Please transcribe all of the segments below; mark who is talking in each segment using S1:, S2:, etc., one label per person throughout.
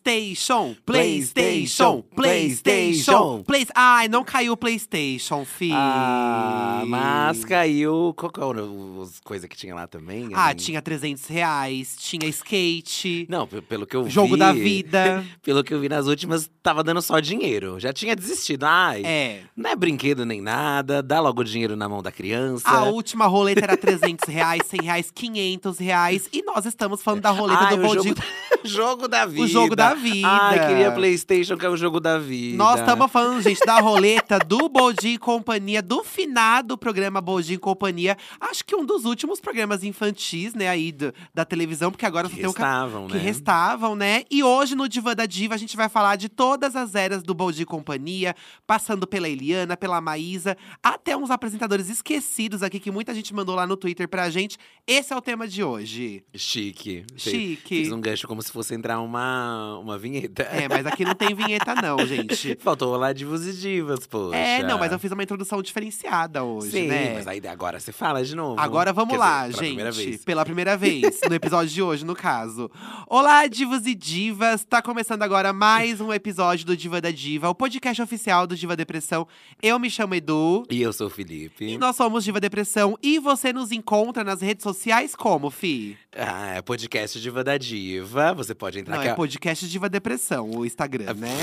S1: PlayStation, PlayStation, PlayStation, Play... Ai, não caiu o PlayStation, filho.
S2: Ah, mas caiu. Qual que era o- as coisas que tinha lá também?
S1: Ah,
S2: hein?
S1: tinha 300 reais, tinha skate,
S2: Não, pe- pelo que eu vi.
S1: jogo da vida.
S2: Pelo que eu vi nas últimas, tava dando só dinheiro. Já tinha desistido. Ai,
S1: é.
S2: não é brinquedo nem nada, dá logo o dinheiro na mão da criança.
S1: A última roleta era 300 reais, 100 reais, 500 reais. E nós estamos falando da roleta
S2: Ai,
S1: do
S2: o
S1: Bom
S2: jogo,
S1: Dia.
S2: da... jogo da vida.
S1: O jogo da vida.
S2: Ai, queria PlayStation, que é o jogo da vida.
S1: Nós estamos falando, gente, da roleta do Bodin e Companhia, do finado programa Bodin e Companhia. Acho que um dos últimos programas infantis, né, aí do- da televisão, porque agora só
S2: que
S1: tem o ca-
S2: restavam,
S1: que
S2: né?
S1: restavam, né? E hoje no Divã da Diva a gente vai falar de todas as eras do Bom Dia e Companhia, passando pela Eliana, pela Maísa, até uns apresentadores esquecidos aqui que muita gente mandou lá no Twitter pra gente. Esse é o tema de hoje.
S2: Chique. Fez-
S1: Chique.
S2: Fiz um gancho como se fosse entrar uma, uma vinheta.
S1: É, mas aqui não tem vinheta não, gente.
S2: Faltou lá divos e divas, poxa.
S1: É, não, mas eu fiz uma introdução diferenciada hoje,
S2: Sim,
S1: né?
S2: mas aí agora você fala de novo.
S1: Agora vamos
S2: Quer
S1: lá,
S2: dizer, pela
S1: gente.
S2: primeira vez.
S1: Pela primeira vez, no episódio de hoje, no caso. Olá, divos e divas! Tá começando agora mais um episódio do Diva da Diva, o podcast oficial do Diva Depressão. Eu me chamo Edu.
S2: E eu sou o Felipe.
S1: E nós somos Diva Depressão. E você nos encontra nas redes sociais como, Fi?
S2: Ah, é podcast Diva da Diva. Você pode entrar
S1: Não,
S2: aqui.
S1: é
S2: ó.
S1: podcast Diva Depressão, o Instagram, né?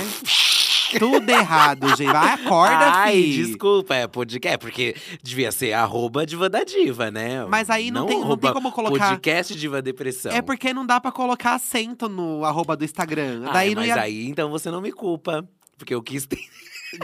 S1: Tudo errado, gente. Vai, acorda,
S2: Ai,
S1: Fi.
S2: desculpa, é podcast. É porque devia ser arroba Diva da Diva, né?
S1: Mas aí não tem- não tem
S2: arroba
S1: como colocar-
S2: Podcast Diva Depressão.
S1: É porque não dá pra colocar acento no arroba do Instagram.
S2: Ai,
S1: Daí não
S2: Ah, mas
S1: ia
S2: aí então você não me culpa. Porque eu quis ter.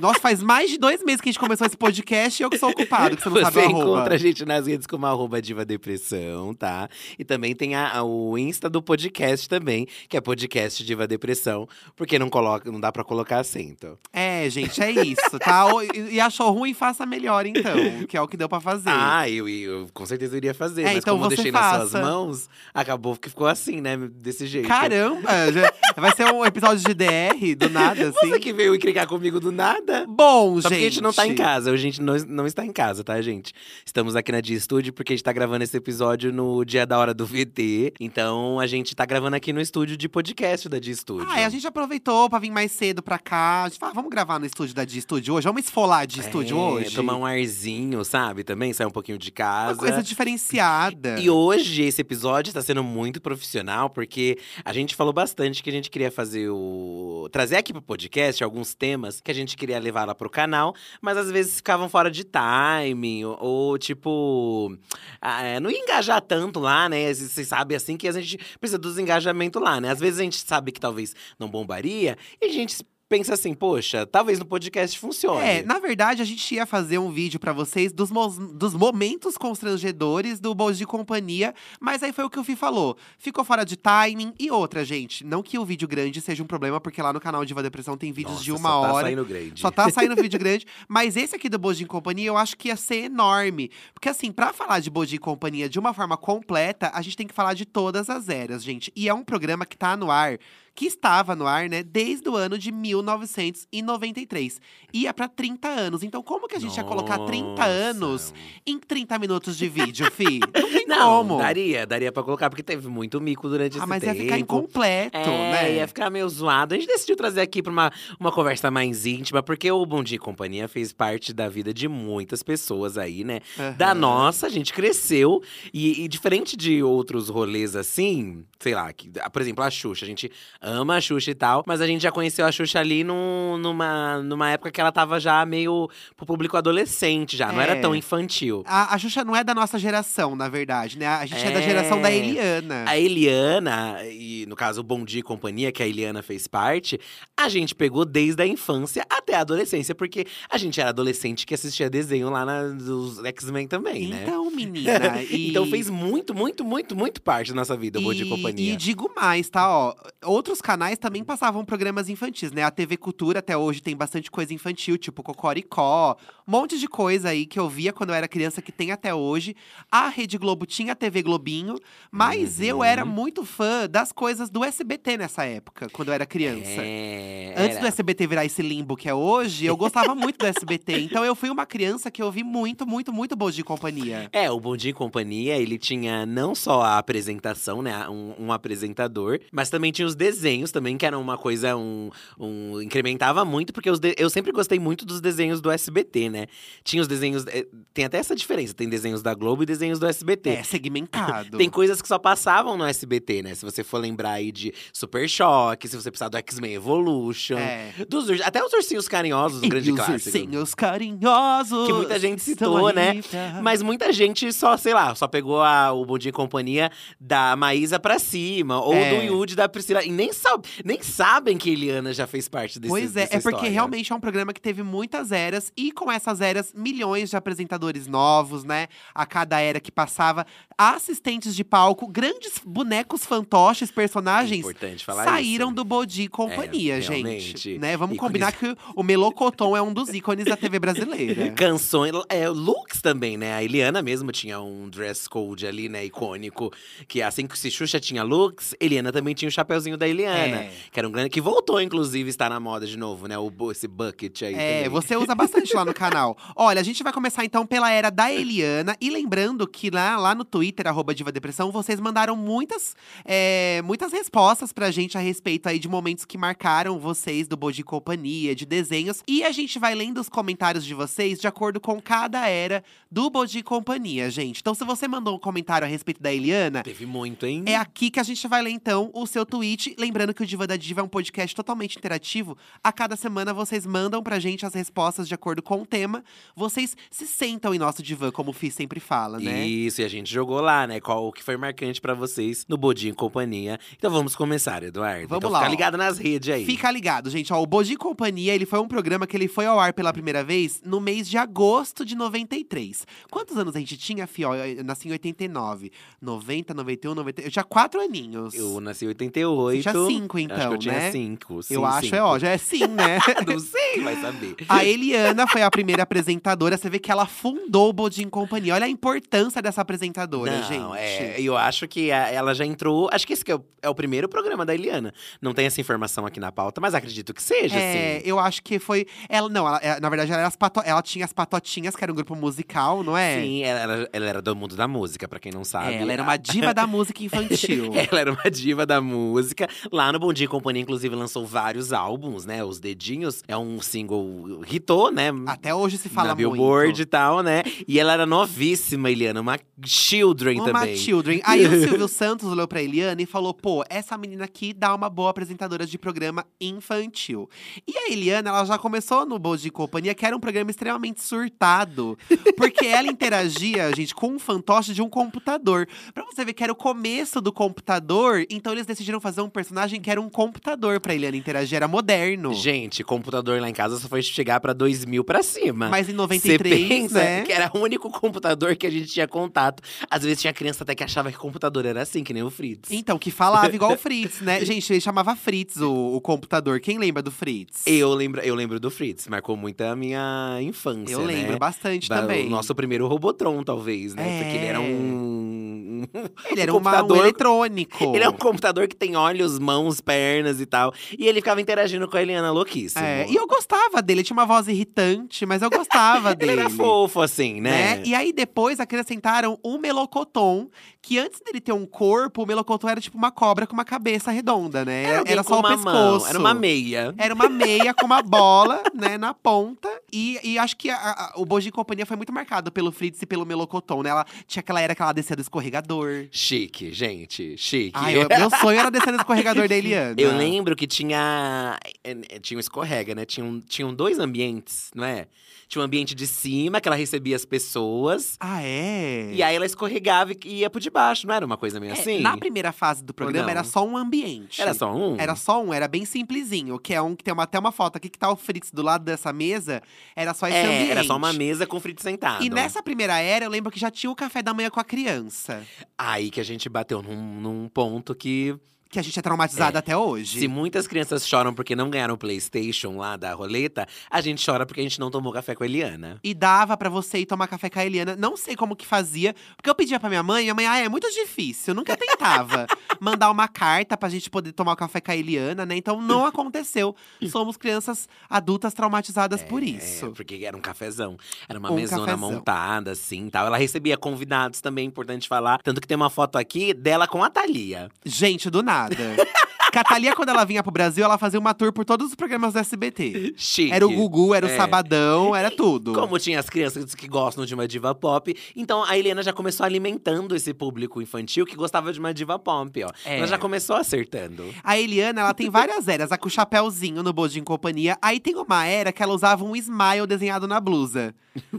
S1: Nossa, faz mais de dois meses que a gente começou esse podcast e eu que sou ocupado, que você não sabe o
S2: Você
S1: arroba.
S2: encontra a gente nas redes como arroba Diva Depressão, tá? E também tem a- a- o Insta do podcast também, que é podcast Diva Depressão, porque não, coloca, não dá pra colocar acento.
S1: É, gente, é isso, tá? Ou- E e achou ruim, faça melhor então, que é o que deu pra fazer.
S2: Ah, eu, eu com certeza iria fazer,
S1: É,
S2: mas
S1: então
S2: como eu
S1: você
S2: deixei nas suas
S1: faça.
S2: mãos, acabou que ficou assim, né? Desse jeito.
S1: Caramba! já- vai ser um episódio de DR, do nada, assim.
S2: Você que veio encrencar comigo do nada.
S1: Bom,
S2: Só
S1: gente.
S2: porque a gente não tá em casa, a gente não, não está em casa, tá, gente? Estamos aqui na Dia Estúdio porque a gente tá gravando esse episódio no dia da hora do VT. Então a gente tá gravando aqui no estúdio de podcast da Dia Estúdio.
S1: Ah, e a gente aproveitou pra vir mais cedo pra cá. A gente falou, ah, vamos gravar no estúdio da Dia Estúdio hoje? Vamos esfolar de estúdio
S2: É,
S1: hoje?
S2: Tomar um arzinho, sabe? Também sair um pouquinho de
S1: Uma
S2: casa.
S1: coisa diferenciada.
S2: E hoje esse episódio está sendo muito profissional, porque a gente falou bastante que a gente queria fazer o. trazer aqui pro podcast alguns temas que a gente queria levar lá pro canal, mas às vezes ficavam fora de timing, ou, ou, tipo. ah, é, não ia engajar tanto lá, né? Vocês sabem assim que a gente precisa dos engajamentos lá, né? Às vezes a gente sabe que talvez não bombaria, e a gente pensa assim, poxa, talvez no podcast funcione.
S1: É, na verdade, a gente ia fazer um vídeo pra vocês dos, mos- dos momentos constrangedores do Bold de Companhia, mas aí foi o que o Fih falou. Ficou fora de timing e outra, gente. Não que o vídeo grande seja um problema, porque lá no canal Diva Depressão tem vídeos
S2: Nossa,
S1: de uma
S2: só tá
S1: hora.
S2: saindo grande.
S1: Só tá saindo vídeo grande. Mas esse aqui do Bold em Companhia, eu acho que ia ser enorme. Porque assim, pra falar de Bold em Companhia de uma forma completa, a gente tem que falar de todas as eras, gente. E é um programa que tá no ar, que estava no ar, né, desde o ano de 1993. Ia é pra 30 anos. Então como que a gente ia colocar 30 anos
S2: Nossa.
S1: em 30 minutos de vídeo, fi? Não tem
S2: Não,
S1: como.
S2: daria, daria pra colocar, porque teve muito mico durante
S1: Ah,
S2: esse
S1: mas ia
S2: tempo.
S1: ficar incompleto,
S2: é,
S1: né?
S2: ia ficar meio zoado. A gente decidiu trazer aqui pra uma, uma conversa mais íntima, porque o Bom Dia e Companhia fez parte da vida de muitas pessoas aí, né? Da
S1: Aham.
S2: nossa, a gente cresceu. E, e diferente de outros rolês assim, sei lá, que, por exemplo, a Xuxa. A gente ama a Xuxa e tal, mas a gente já conheceu a Xuxa ali num- numa, numa época que ela tava já meio pro público adolescente, já. Não era
S1: É.
S2: tão infantil.
S1: A, a Xuxa não é da nossa geração, na verdade, né? A gente é, da
S2: É.
S1: geração da Eliana.
S2: A Eliana, e no caso o Bom Dia e Companhia, que a Eliana fez parte, a gente pegou desde a infância até a adolescência, porque a gente era adolescente que assistia desenho lá na, dos X-Men também, né?
S1: Então, menina. e-
S2: Então fez muito, muito, muito, muito parte da nossa vida, o Bom Dia e
S1: E
S2: Companhia.
S1: digo mais, tá? Ó, outros canais também passavam programas infantis, né? A TV Cultura até hoje tem bastante coisa infantil, tipo Cocoricó, um monte de coisa aí que eu via quando eu era criança que tem até hoje. A Rede Globo tinha a TV Globinho, mas eu
S2: Uhum.
S1: era muito fã das coisas do SBT nessa época, quando eu era criança.
S2: É,
S1: Antes do
S2: era.
S1: SBT virar esse limbo que é hoje, eu gostava muito do SBT. Então eu fui uma criança que eu vi muito, muito, muito boas de companhia.
S2: É, o Bom Dia e Companhia, ele tinha não só a apresentação, né, um, um apresentador, mas também tinha os desenhos também, que era uma coisa, um, um incrementava muito, porque os de- eu sempre gostei muito dos desenhos do SBT, né? Tinha os desenhos. eh, Tem até essa diferença: tem desenhos da Globo e desenhos do SBT.
S1: É, segmentado.
S2: Tem coisas que só passavam no SBT, né? Se você for lembrar aí de Super Choque, se você precisar do X-Men Evolution.
S1: é.
S2: Dos, urs- até os Ursinhos Carinhosos, um grande
S1: e os
S2: clássico.
S1: ursinhos carinhosos.
S2: Que muita gente
S1: estão
S2: citou, né?
S1: aí pra-
S2: Mas muita gente só, sei lá, só pegou a- o Bom Dia e Companhia da Maísa pra cima. Ou
S1: É.
S2: do Yudi da Priscila. E nem, sabe, nem sabem que Eliana já fez parte desse
S1: Pois é,
S2: dessa
S1: é porque
S2: história.
S1: realmente é um programa que teve muitas eras e com essas eras milhões de apresentadores novos, né? A cada era que passava, assistentes de palco, grandes bonecos fantoches,
S2: É
S1: personagens
S2: importante falar
S1: saíram
S2: isso.
S1: do Bodi e companhia,
S2: É,
S1: gente.
S2: realmente.
S1: Né? Vamos
S2: Ícones.
S1: combinar que o Melocoton é um dos ícones da TV brasileira.
S2: Canções, é, looks também, né? A Eliana mesmo tinha um dress code ali, né? Icônico. Que assim que se Xuxa tinha looks, Eliana também tinha o chapeuzinho da Eliana.
S1: É.
S2: Que era um grande. Que voltou, inclusive, está na moda de novo, né? O, bu- esse bucket aí.
S1: É,
S2: também.
S1: você usa bastante lá no canal. Olha, a gente vai começar então pela era da Eliana. E lembrando que lá, lá no Twitter, arroba Diva Depressão, vocês mandaram muitas, é, muitas respostas pra gente a respeito aí de momentos que marcaram vocês do Boji Companhia, de desenhos. E a gente vai lendo os comentários de vocês de acordo com cada era do Boji Companhia, gente. Então, se você mandou um comentário a respeito da Eliana,
S2: Teve muito, hein?
S1: é aqui que a gente vai ler, então, o seu tweet. Lembrando que o Diva da Diva é um podcast totalmente interativo. A cada semana, vocês mandam pra gente as respostas de acordo com o tema. Vocês se sentam em nosso divã, como o Fih sempre fala, né?
S2: Isso, e a gente jogou lá, né? Qual o que foi marcante pra vocês no Bodinho e Companhia. Então vamos começar, Eduardo.
S1: Vamos
S2: então,
S1: lá, ó.
S2: Fica ligado nas redes aí.
S1: Fica ligado, gente. Ó, o Bodin Companhia, ele foi um programa que ele foi ao ar pela primeira vez no mês de agosto de 93. Quantos anos a gente tinha, Fih? Ó, Eu nasci em 89. 90, 91, 90… Eu tinha quatro aninhos.
S2: Eu nasci em
S1: Você
S2: 88.
S1: tinha cinco, então,
S2: acho que eu tinha
S1: né?
S2: cinco. sim,
S1: Eu acho,
S2: cinco.
S1: é ó, já é sim, né?
S2: Não sei, vai saber.
S1: A Eliana foi a primeira apresentadora. Você vê que ela fundou o Bodin Companhia. Olha a importância dessa apresentadora, gente.
S2: É, eu acho que a- ela já entrou. Acho que esse que é, o, é o primeiro programa da Eliana. Não tem essa informação aqui na pauta, mas acredito que seja,
S1: É,
S2: assim.
S1: eu acho que foi. Ela, não, ela- é, na verdade, ela, era as pato- ela tinha as Patotinhas, que era um grupo musical, não é?
S2: Sim, ela, era- ela era do mundo da música, pra quem não sabe. É.
S1: É, ela era uma diva da música infantil.
S2: Ela era uma diva da música. Lá no Bom Dia e Companhia, inclusive, lançou vários álbuns, né? Os Dedinhos é um single hitou, né?
S1: Até hoje se Ah, fala
S2: na
S1: muito.
S2: Billboard e tal, né? E ela era novíssima, Eliana, uma children
S1: Uma
S2: também.
S1: Children. Aí o Silvio Santos olhou pra Eliana e falou: pô, essa menina aqui dá uma boa apresentadora de programa infantil. E a Eliana, ela já começou no Bold de Companhia, que era um programa extremamente surtado. Porque ela interagia, gente, com um fantoche de um computador. Pra você ver que era o começo do computador, então eles decidiram fazer um personagem que era um computador pra Eliana interagir, era moderno.
S2: Gente, computador lá em casa só foi chegar pra 2000 pra cima.
S1: Mas em
S2: Você
S1: 93,
S2: pensa
S1: né?
S2: que é era o único computador que a gente tinha contato. Às vezes tinha criança até que achava que computador era assim, que nem o Fritz.
S1: Então, que falava igual o Fritz, né? Gente, ele chamava Fritz o, o computador. Quem lembra do Fritz?
S2: Eu lembro, eu lembro do Fritz, marcou muito a minha infância,
S1: Eu lembro
S2: né?
S1: bastante
S2: Ba-
S1: também.
S2: O nosso primeiro Robotron, talvez, né? Porque ele era
S1: É.
S2: um…
S1: ele
S2: um
S1: era uma- um
S2: computador-
S1: eletrônico.
S2: Ele é um computador que tem olhos, mãos, pernas e tal. E ele ficava interagindo com a Eliana louquíssimo.
S1: É, e eu gostava dele, tinha uma voz irritante, mas eu gostava
S2: Ele
S1: dele.
S2: era fofo, assim, né?
S1: E aí depois acrescentaram o melocoton, que antes dele ter um corpo, o melocoton era tipo uma cobra com uma cabeça redonda, né? Era,
S2: alguém
S1: era
S2: com
S1: só o
S2: uma
S1: pescoço.
S2: mão, era uma meia.
S1: Era uma meia com uma bola, né, na ponta. E, e acho que a- a- o Boji Companhia foi muito marcado pelo Fritz e pelo Melocoton, né? Ela tinha aquela era que ela descia do escorregador.
S2: Chique, gente, chique.
S1: Ai, eu- meu sonho era descer no escorregador da Eliana.
S2: Eu lembro que tinha. eh, eh, Tinha um escorrega, né? Tinham, tinham dois ambientes, não é? Tinha um ambiente de cima, que ela recebia as pessoas.
S1: Ah, é?
S2: E aí ela escorregava e ia pro de baixo, não era uma coisa meio
S1: É,
S2: assim?
S1: Na primeira fase do programa
S2: não?
S1: era só um ambiente.
S2: Era só um?
S1: Era só um, era bem simplesinho. Que é um que tem uma- até uma foto aqui que tá o Fritz do lado dessa mesa. Era só esse
S2: é,
S1: ambiente.
S2: era só uma mesa com frito sentado.
S1: E nessa primeira era, eu lembro que já tinha o café da manhã com a criança.
S2: Aí que a gente bateu num, num ponto que.
S1: Que a gente é traumatizado até hoje.
S2: Se muitas crianças choram porque não ganharam o PlayStation lá da roleta, a gente chora porque a gente não tomou café com a Eliana.
S1: E dava pra você ir tomar café com a Eliana. Não sei como que fazia, porque eu pedia pra minha mãe, minha mãe, ah, é muito difícil, eu nunca tentava mandar uma carta pra gente poder tomar o café com a Eliana, né? Então não aconteceu. Somos crianças adultas traumatizadas por
S2: É,
S1: isso.
S2: porque era um cafezão. Era uma
S1: Um
S2: mesona
S1: cafezão.
S2: montada, assim, tal. Ela recebia convidados também, importante falar. Tanto que tem uma foto aqui dela com a Thalia.
S1: Gente, do nada. Catalia, quando ela vinha pro Brasil, ela fazia uma tour por todos os programas do SBT.
S2: Chique.
S1: Era o Gugu, era o
S2: É.
S1: Sabadão, era tudo.
S2: Como tinha as crianças que gostam de uma diva pop, então a Helena já começou alimentando esse público infantil que gostava de uma diva pop, ó.
S1: É.
S2: Ela já começou acertando.
S1: A Eliana, ela tem várias eras. A com o chapéuzinho no Bodin Companhia. Aí tem uma era que ela usava um smile desenhado na blusa.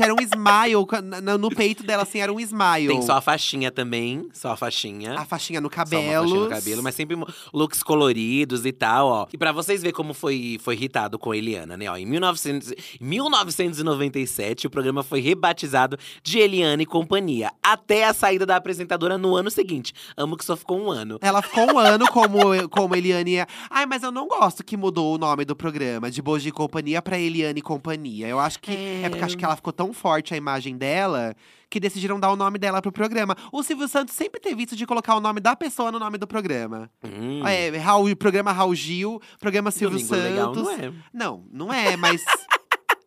S1: Era um smile, ca- na- na- no peito dela, assim, era um smile.
S2: Tem só a faixinha também, só a faixinha.
S1: A faixinha no
S2: Só uma
S1: cabelo.
S2: faixinha no cabelo, mas sempre mo- looks coloridos e tal, ó. E pra vocês verem como foi, foi irritado com a Eliana, né? Ó, em 1900 1997, o programa foi rebatizado de Eliana e Companhia. Até a saída da apresentadora no ano seguinte. Amo que só ficou um ano.
S1: Ela ficou um ano como, como Eliane. e- Ai, mas eu não gosto que mudou o nome do programa de Boji e Companhia pra Eliane e Companhia. Eu acho que. É... porque acho que ela ficou tão forte a imagem dela que decidiram dar o nome dela pro programa. O Silvio Santos sempre teve isso de colocar o nome da pessoa no nome do programa.
S2: Hum.
S1: É, Raul, programa Raul Gil, programa Silvio
S2: Domingo
S1: Santos.
S2: legal, não é?
S1: não, não é, mas.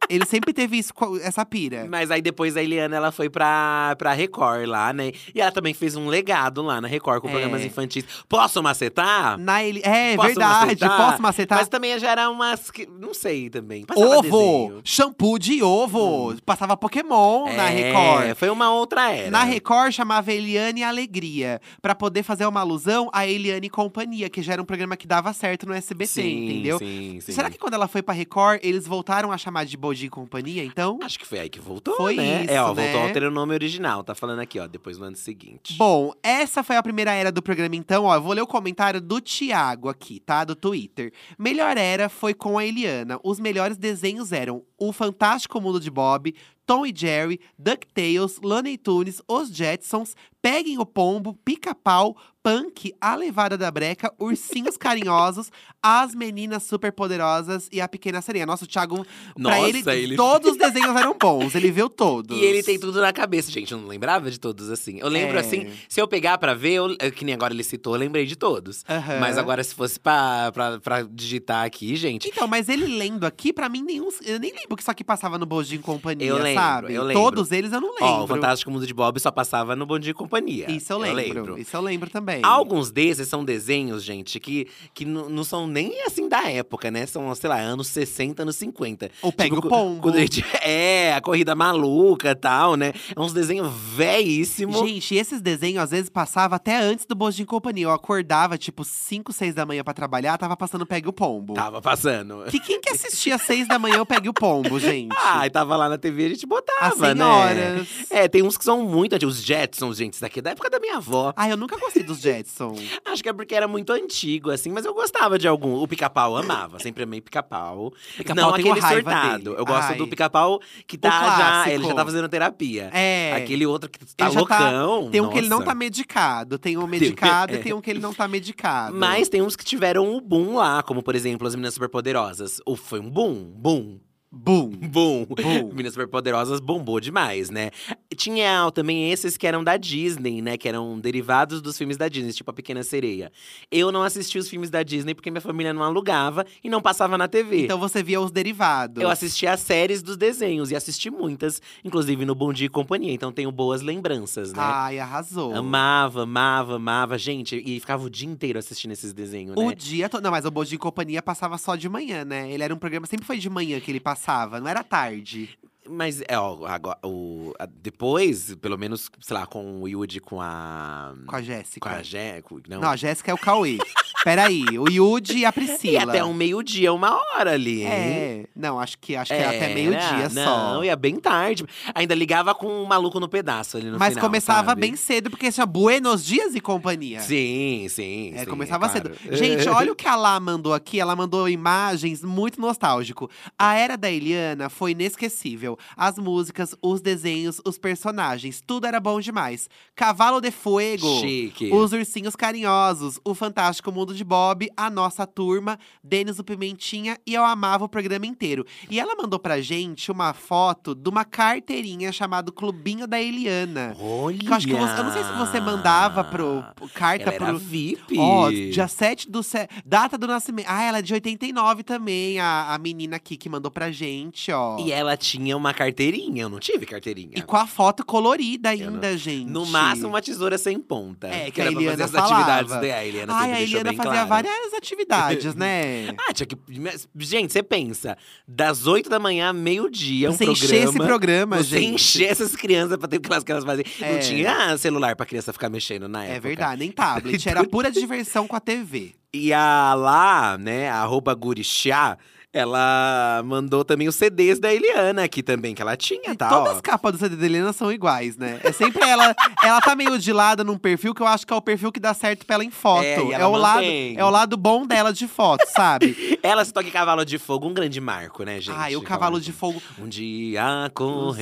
S1: Ele sempre teve isso, co- essa pira.
S2: Mas aí depois a Eliana ela foi pra, pra Record lá, né? E ela também fez um legado lá na Record com
S1: É.
S2: programas infantis. Posso macetar?
S1: Na ele... É
S2: Posso
S1: verdade,
S2: macetar?
S1: posso macetar?
S2: Mas também já era umas. que- Não sei também. Passava
S1: tá Ovo!
S2: desenho. Hum.
S1: Shampoo de ovo! Passava Pokémon na Record.
S2: É, foi uma outra era.
S1: Na Record chamava Eliane Alegria, pra poder fazer uma alusão a Eliane e Companhia, que já era um programa que dava certo no SBT,
S2: sim,
S1: entendeu?
S2: Sim, sim.
S1: Será que quando ela foi pra Record, eles voltaram a chamar de Bodin e Companhia, então?
S2: Acho que foi aí que voltou,
S1: Foi
S2: né?
S1: isso,
S2: é, ó,
S1: né?
S2: voltou a ter o nome original. Tá falando aqui, ó, depois no ano seguinte.
S1: Bom, essa foi a primeira era do programa, então, ó. Eu vou ler o comentário do Tiago aqui, tá? Do Twitter. Melhor era foi com a Eliana. Os melhores desenhos eram O Fantástico Mundo de Bob, Tom e Jerry, DuckTales, Looney Tunes, Os Jetsons, Peguem o Pombo, Pica-Pau, Punk, A Levada da Breca, Ursinhos Carinhosos, As Meninas Superpoderosas e A Pequena Sereia. Nossa, o Thiago,
S2: Nossa,
S1: pra ele,
S2: ele-
S1: todos os desenhos eram bons. Ele viu todos.
S2: E ele tem tudo na cabeça, gente. Eu não lembrava de todos assim. Eu lembro
S1: É.
S2: assim, se eu pegar pra ver, eu- é, que nem agora ele citou, eu lembrei de todos.
S1: Aham.
S2: Mas agora, se fosse pra, pra, pra digitar aqui, gente.
S1: Então, mas ele lendo aqui, pra mim, nenhum. Eu nem lembro que isso aqui passava no Bojo em Companhia,
S2: Eu lembro,
S1: sabe?
S2: eu lembro.
S1: Todos eles eu não lembro.
S2: Ó, o Fantástico Mundo de Bob só passava no Bom Dia e Companhia.
S1: Isso eu lembro, Isso eu lembro também.
S2: Alguns desses são desenhos, gente, que, que n- não são nem assim da época, né? São, sei lá, anos 60, anos 50.
S1: Ou pega
S2: Tipo,
S1: o pombo.
S2: Quando a gente- é, a corrida maluca e tal, né? É uns desenhos velhíssimos.
S1: Gente, esses desenhos às vezes passava até antes do Bojo em Companhia. Eu acordava, tipo, 5, 6 da manhã pra trabalhar, tava passando Pega o Pombo.
S2: Tava passando.
S1: Que, quem que assistia às 6 da manhã eu Pegue o Pombo, gente?
S2: Ah, e tava lá na TV, a gente botava,
S1: As
S2: né?
S1: senhoras.
S2: É, tem uns que são muito antigos. Os Jetsons, gente, isso daqui é da época da minha avó.
S1: Ah, eu nunca gostei dos Jetson.
S2: Acho que é porque era muito antigo, assim, mas eu gostava de algum. O pica-pau eu amava, sempre amei pica-pau.
S1: Pica-Pau
S2: Não
S1: tem
S2: aquele
S1: uma raiva
S2: surtado.
S1: dele.
S2: Eu gosto
S1: Ai.
S2: do pica-pau que tá já.
S1: clássico.
S2: Ele já tá fazendo terapia.
S1: É.
S2: Aquele outro que tá
S1: Ele já tá-
S2: loucão.
S1: Tem um que ele não
S2: nossa.
S1: tá medicado, tem um
S2: Tem-
S1: medicado e
S2: é.
S1: tem um que ele não tá medicado.
S2: Mas tem uns que tiveram o boom lá, como por exemplo as Meninas Superpoderosas. Ou foi um boom, boom,
S1: Bum!
S2: boom.
S1: Bum!
S2: Meninas Superpoderosas bombou demais, né? Tinha também esses que eram da Disney, né? Que eram derivados dos filmes da Disney, tipo A Pequena Sereia. Eu não assisti os filmes da Disney porque minha família não alugava e não passava na TV.
S1: Então você via os derivados.
S2: eu assisti as séries dos desenhos e assisti muitas, inclusive no Bom Dia e Companhia. Então tenho boas lembranças, né?
S1: Ai, arrasou.
S2: Amava, amava, amava. Gente, e ficava o dia inteiro assistindo esses desenhos,
S1: O
S2: né?
S1: dia todo. Não, mas o Bojo em Companhia passava só de manhã, né? Ele era um programa, sempre foi de manhã que ele passava, não era tarde.
S2: Mas, é, ó, agora, o, a- depois, pelo menos, sei lá, com o Yudi, com a…
S1: Com a Jéssica.
S2: Hum, Com a Jé, com- não.
S1: Não, a Jéssica é o Cauê. Peraí, o Yudi e a Priscila.
S2: E até um meio-dia, uma hora ali, hein?
S1: É, não, acho que, acho que era até meio-dia
S2: não,
S1: só.
S2: É, Não, ia bem tarde. Ainda ligava com o maluco no pedaço ali no
S1: mas
S2: final,
S1: começava
S2: sabe?
S1: bem cedo, porque tinha Buenos Dias e Companhia.
S2: Sim, sim,
S1: É,
S2: sim,
S1: começava
S2: claro.
S1: cedo. Gente, olha o que a Lá mandou aqui. Ela mandou imagens muito nostálgico. A era da Eliana foi inesquecível. As músicas, os desenhos, os personagens, tudo era bom demais. Cavalo de Fuego.
S2: Chique.
S1: Os Ursinhos Carinhosos, O Fantástico Mundo de Bob, A Nossa Turma, Denis o Pimentinha e eu amava o programa inteiro. E ela mandou pra gente uma foto de uma carteirinha chamada Clubinho da Eliana.
S2: Olha!
S1: Que eu acho que você- eu não sei se você mandava pro, pro- carta
S2: Ela era
S1: pro,
S2: VIP.
S1: Ó, dia 7 do se... data do nascimento. Ah, ela é de 89 também, a, a menina aqui que mandou pra gente, ó.
S2: é E ela tinha uma carteirinha. Eu não tive carteirinha.
S1: E
S2: amiga.
S1: com a foto colorida
S2: Eu não-
S1: ainda, gente.
S2: No máximo, uma tesoura sem ponta.
S1: É, que
S2: era
S1: a
S2: pra fazer
S1: Eliana
S2: as atividades
S1: falava.
S2: dela. A Eliana
S1: Ai,
S2: sempre
S1: a
S2: deixou
S1: Eliana
S2: bem
S1: fazia
S2: claro.
S1: várias atividades, né?
S2: Ah, tinha que. mas, Gente, você pensa, das 8 da manhã, a meio-dia, um
S1: você
S2: programa.
S1: encher esse programa,
S2: você
S1: gente.
S2: encher essas crianças pra ter o que elas, que elas fazem. Não
S1: É.
S2: tinha celular pra criança ficar mexendo na época.
S1: É verdade, nem tablet. Era pura diversão com a TV.
S2: E a lá, né, a arroba gurixá, ela mandou também os CDs da Eliana aqui também, que ela tinha,
S1: E
S2: tá?
S1: todas
S2: ó.
S1: as capas do CD da Helena são iguais, né? É sempre ela. ela tá meio de lado num perfil que eu acho que é o perfil que dá certo pra ela em foto.
S2: É, e ela
S1: o lado,
S2: mantém.
S1: é o lado bom dela de foto, sabe?
S2: Ela se toca em Cavalo de Fogo, um grande marco, né, gente?
S1: Ai, o cavalo de fogo.
S2: Um dia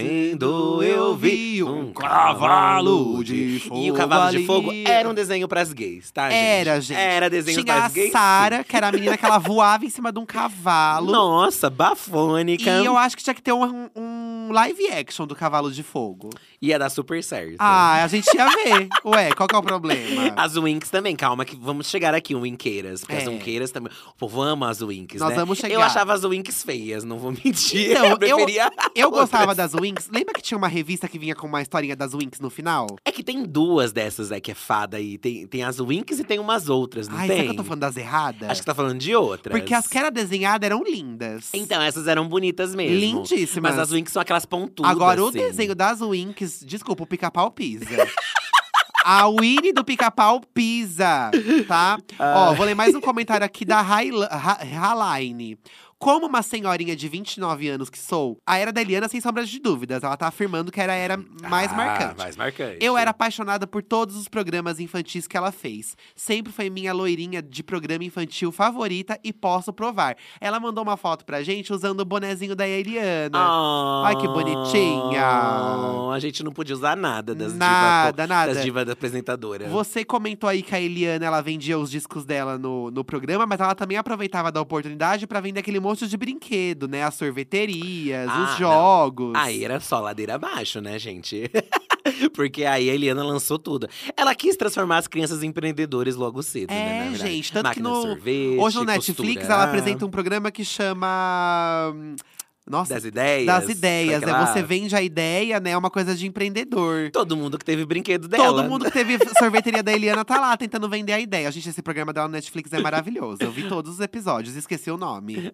S2: correndo eu vi um
S1: cavalo
S2: cavalo de
S1: de fogo.
S2: E o Cavalo de Fogo
S1: ali.
S2: era um desenho pras gays, tá, gente?
S1: Era, gente.
S2: Era desenho
S1: Tinha a
S2: pras gays.
S1: Sara, que era a menina que ela voava em cima de um cavalo.
S2: Nossa, bafônica.
S1: E eu acho que tinha que ter um, um live action do Cavalo de Fogo.
S2: Ia dar é super certo.
S1: Ah, a gente ia ver. Ué, qual que é o problema?
S2: As Winks também, calma, que vamos chegar aqui, um Winqueiras. Porque as
S1: É.
S2: Winqueiras também. O povo ama as Winks,
S1: Nós
S2: né?
S1: vamos
S2: Eu
S1: chegar.
S2: achava as Winks feias, não vou mentir.
S1: Então,
S2: eu
S1: eu-
S2: preferia.
S1: Eu
S2: outras.
S1: gostava das Winx. Lembra que tinha uma revista que vinha com uma historinha das Winx no final?
S2: É que tem duas dessas aí que é fada aí. Tem, tem as Winks e tem umas outras, não
S1: Ai,
S2: tem?
S1: será que eu tô falando das erradas?
S2: Acho que você tá falando de outras.
S1: Porque as que é era desenhada eram lindas.
S2: Então, essas eram bonitas mesmo.
S1: Lindíssimas.
S2: Mas as Winks são aquelas pontudas.
S1: Agora, o
S2: assim.
S1: desenho das Winx… Desculpa, o pica-pau pisa. A Winnie do pica-pau pisa, tá?
S2: Ah.
S1: Ó, vou ler mais um comentário aqui da Haila- Ha- Haline. Como uma senhorinha de 29 anos que sou, a era da Eliana, sem sombra de dúvidas. Ela tá afirmando que era a era tá mais
S2: Ah,
S1: marcante.
S2: Mais marcante.
S1: Eu era apaixonada por todos os programas infantis que ela fez. Sempre foi minha loirinha de programa infantil favorita e posso provar. Ela mandou uma foto pra gente usando o bonezinho da Eliana.
S2: Ah,
S1: Ai, que bonitinha.
S2: Oh, A gente não podia usar nada das divas.
S1: nada, nada.
S2: Das divas da apresentadora.
S1: Você comentou aí que a Eliana ela vendia os discos dela no, no programa, mas ela também aproveitava da oportunidade pra vender aquele monte de brinquedo, né? As sorveterias,
S2: Ah, não. Ah, é, né,
S1: os jogos.
S2: Aí era só ladeira abaixo, né, gente? Porque aí a Eliana lançou tudo. Ela quis transformar as crianças em empreendedores logo cedo, né?
S1: É,
S2: na verdade.
S1: gente, tanto que
S2: Máquina de
S1: no-
S2: sorvete,
S1: Hoje no Netflix
S2: costura,
S1: ela apresenta um programa que chama. hum, Nossa,
S2: das ideias.
S1: das ideias, né?
S2: daquela-
S1: Você vende a ideia, né? É uma coisa de empreendedor.
S2: Todo mundo que teve brinquedo dela. né?
S1: Todo mundo que teve sorveteria da Eliana tá lá tentando vender a ideia. Gente, esse programa dela no Netflix é maravilhoso. Eu vi todos os episódios, esqueci o nome.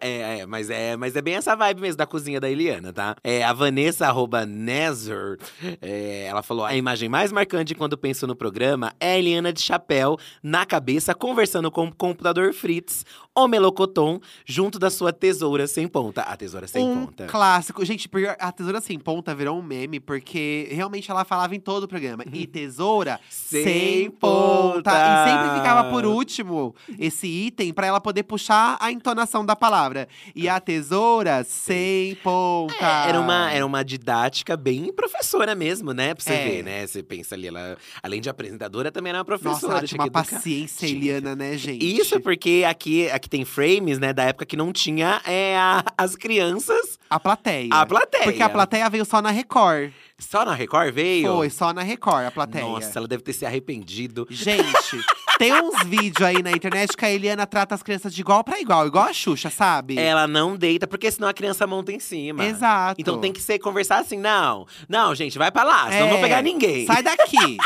S2: é, é, mas é, mas é bem essa vibe mesmo da cozinha da Eliana, tá? É, a Vanessa arroba Nezer, é, ela falou: a imagem mais marcante quando penso no programa é a Eliana de chapéu na cabeça, conversando com o computador Fritz ou Melocoton, junto da sua tesoura sem ponta. A tesoura sem
S1: um
S2: ponta.
S1: clássico. Gente, pior- a Tesoura Sem Ponta virou um meme, porque realmente ela falava em todo o programa. E Tesoura Sem, ponta. E sempre ficava por um último esse item pra ela poder puxar a entonação da palavra. E a Tesoura Sem Ponta.
S2: É, Era uma, era uma didática bem professora mesmo, né? Pra você
S1: É.
S2: ver, né? Você pensa ali, ela, além de apresentadora, também era uma professora.
S1: Nossa, ela tinha uma
S2: que educar.
S1: paciência,
S2: Tinha.
S1: Eliana, né, gente?
S2: Isso é porque aqui, aqui tem frames, né, da época que não tinha é, a- as crianças,
S1: A plateia.
S2: a plateia.
S1: é. Porque a plateia veio só na Record.
S2: Só na Record veio?
S1: Foi, só na Record, a plateia.
S2: Nossa, ela deve ter se arrependido.
S1: Gente, tem uns vídeos aí na internet que a Eliana trata as crianças de igual pra igual, igual a Xuxa, sabe?
S2: Ela não deita, porque senão a criança monta em cima.
S1: Exato.
S2: Então tem que ser conversar assim, não, não, gente, vai pra lá, senão não vou
S1: É,
S2: pegar ninguém.
S1: Sai daqui.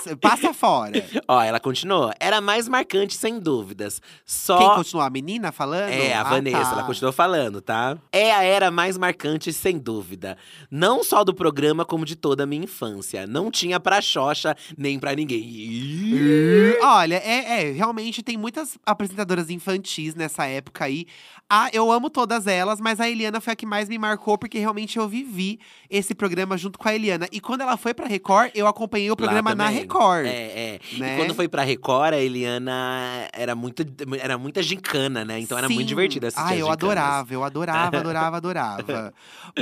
S1: S- Passa fora.
S2: Ó, ela continuou. Era mais marcante, sem dúvidas. Só.
S1: Quem continuou? A menina falando?
S2: É, a
S1: Ah,
S2: Vanessa,
S1: tá.
S2: ela continuou falando, tá? É a era mais marcante, sem dúvida. Não só do programa, como de toda a minha infância. Não tinha pra Xoxa, nem pra ninguém. Ih,
S1: Olha, é, é, realmente tem muitas apresentadoras infantis nessa época aí. Ah, eu amo todas elas, mas a Eliana foi a que mais me marcou, porque realmente eu vivi esse programa junto com a Eliana. E quando ela foi pra Record, eu acompanhei o programa
S2: lá
S1: na
S2: também.
S1: Record.
S2: É, é.
S1: né?
S2: E quando foi pra Record, a Eliana era muito, era muita gincana, né? Então era
S1: Sim.
S2: muito divertida assistir
S1: Ah,
S2: as
S1: eu
S2: gincanas.
S1: adorava, eu adorava, adorava, adorava.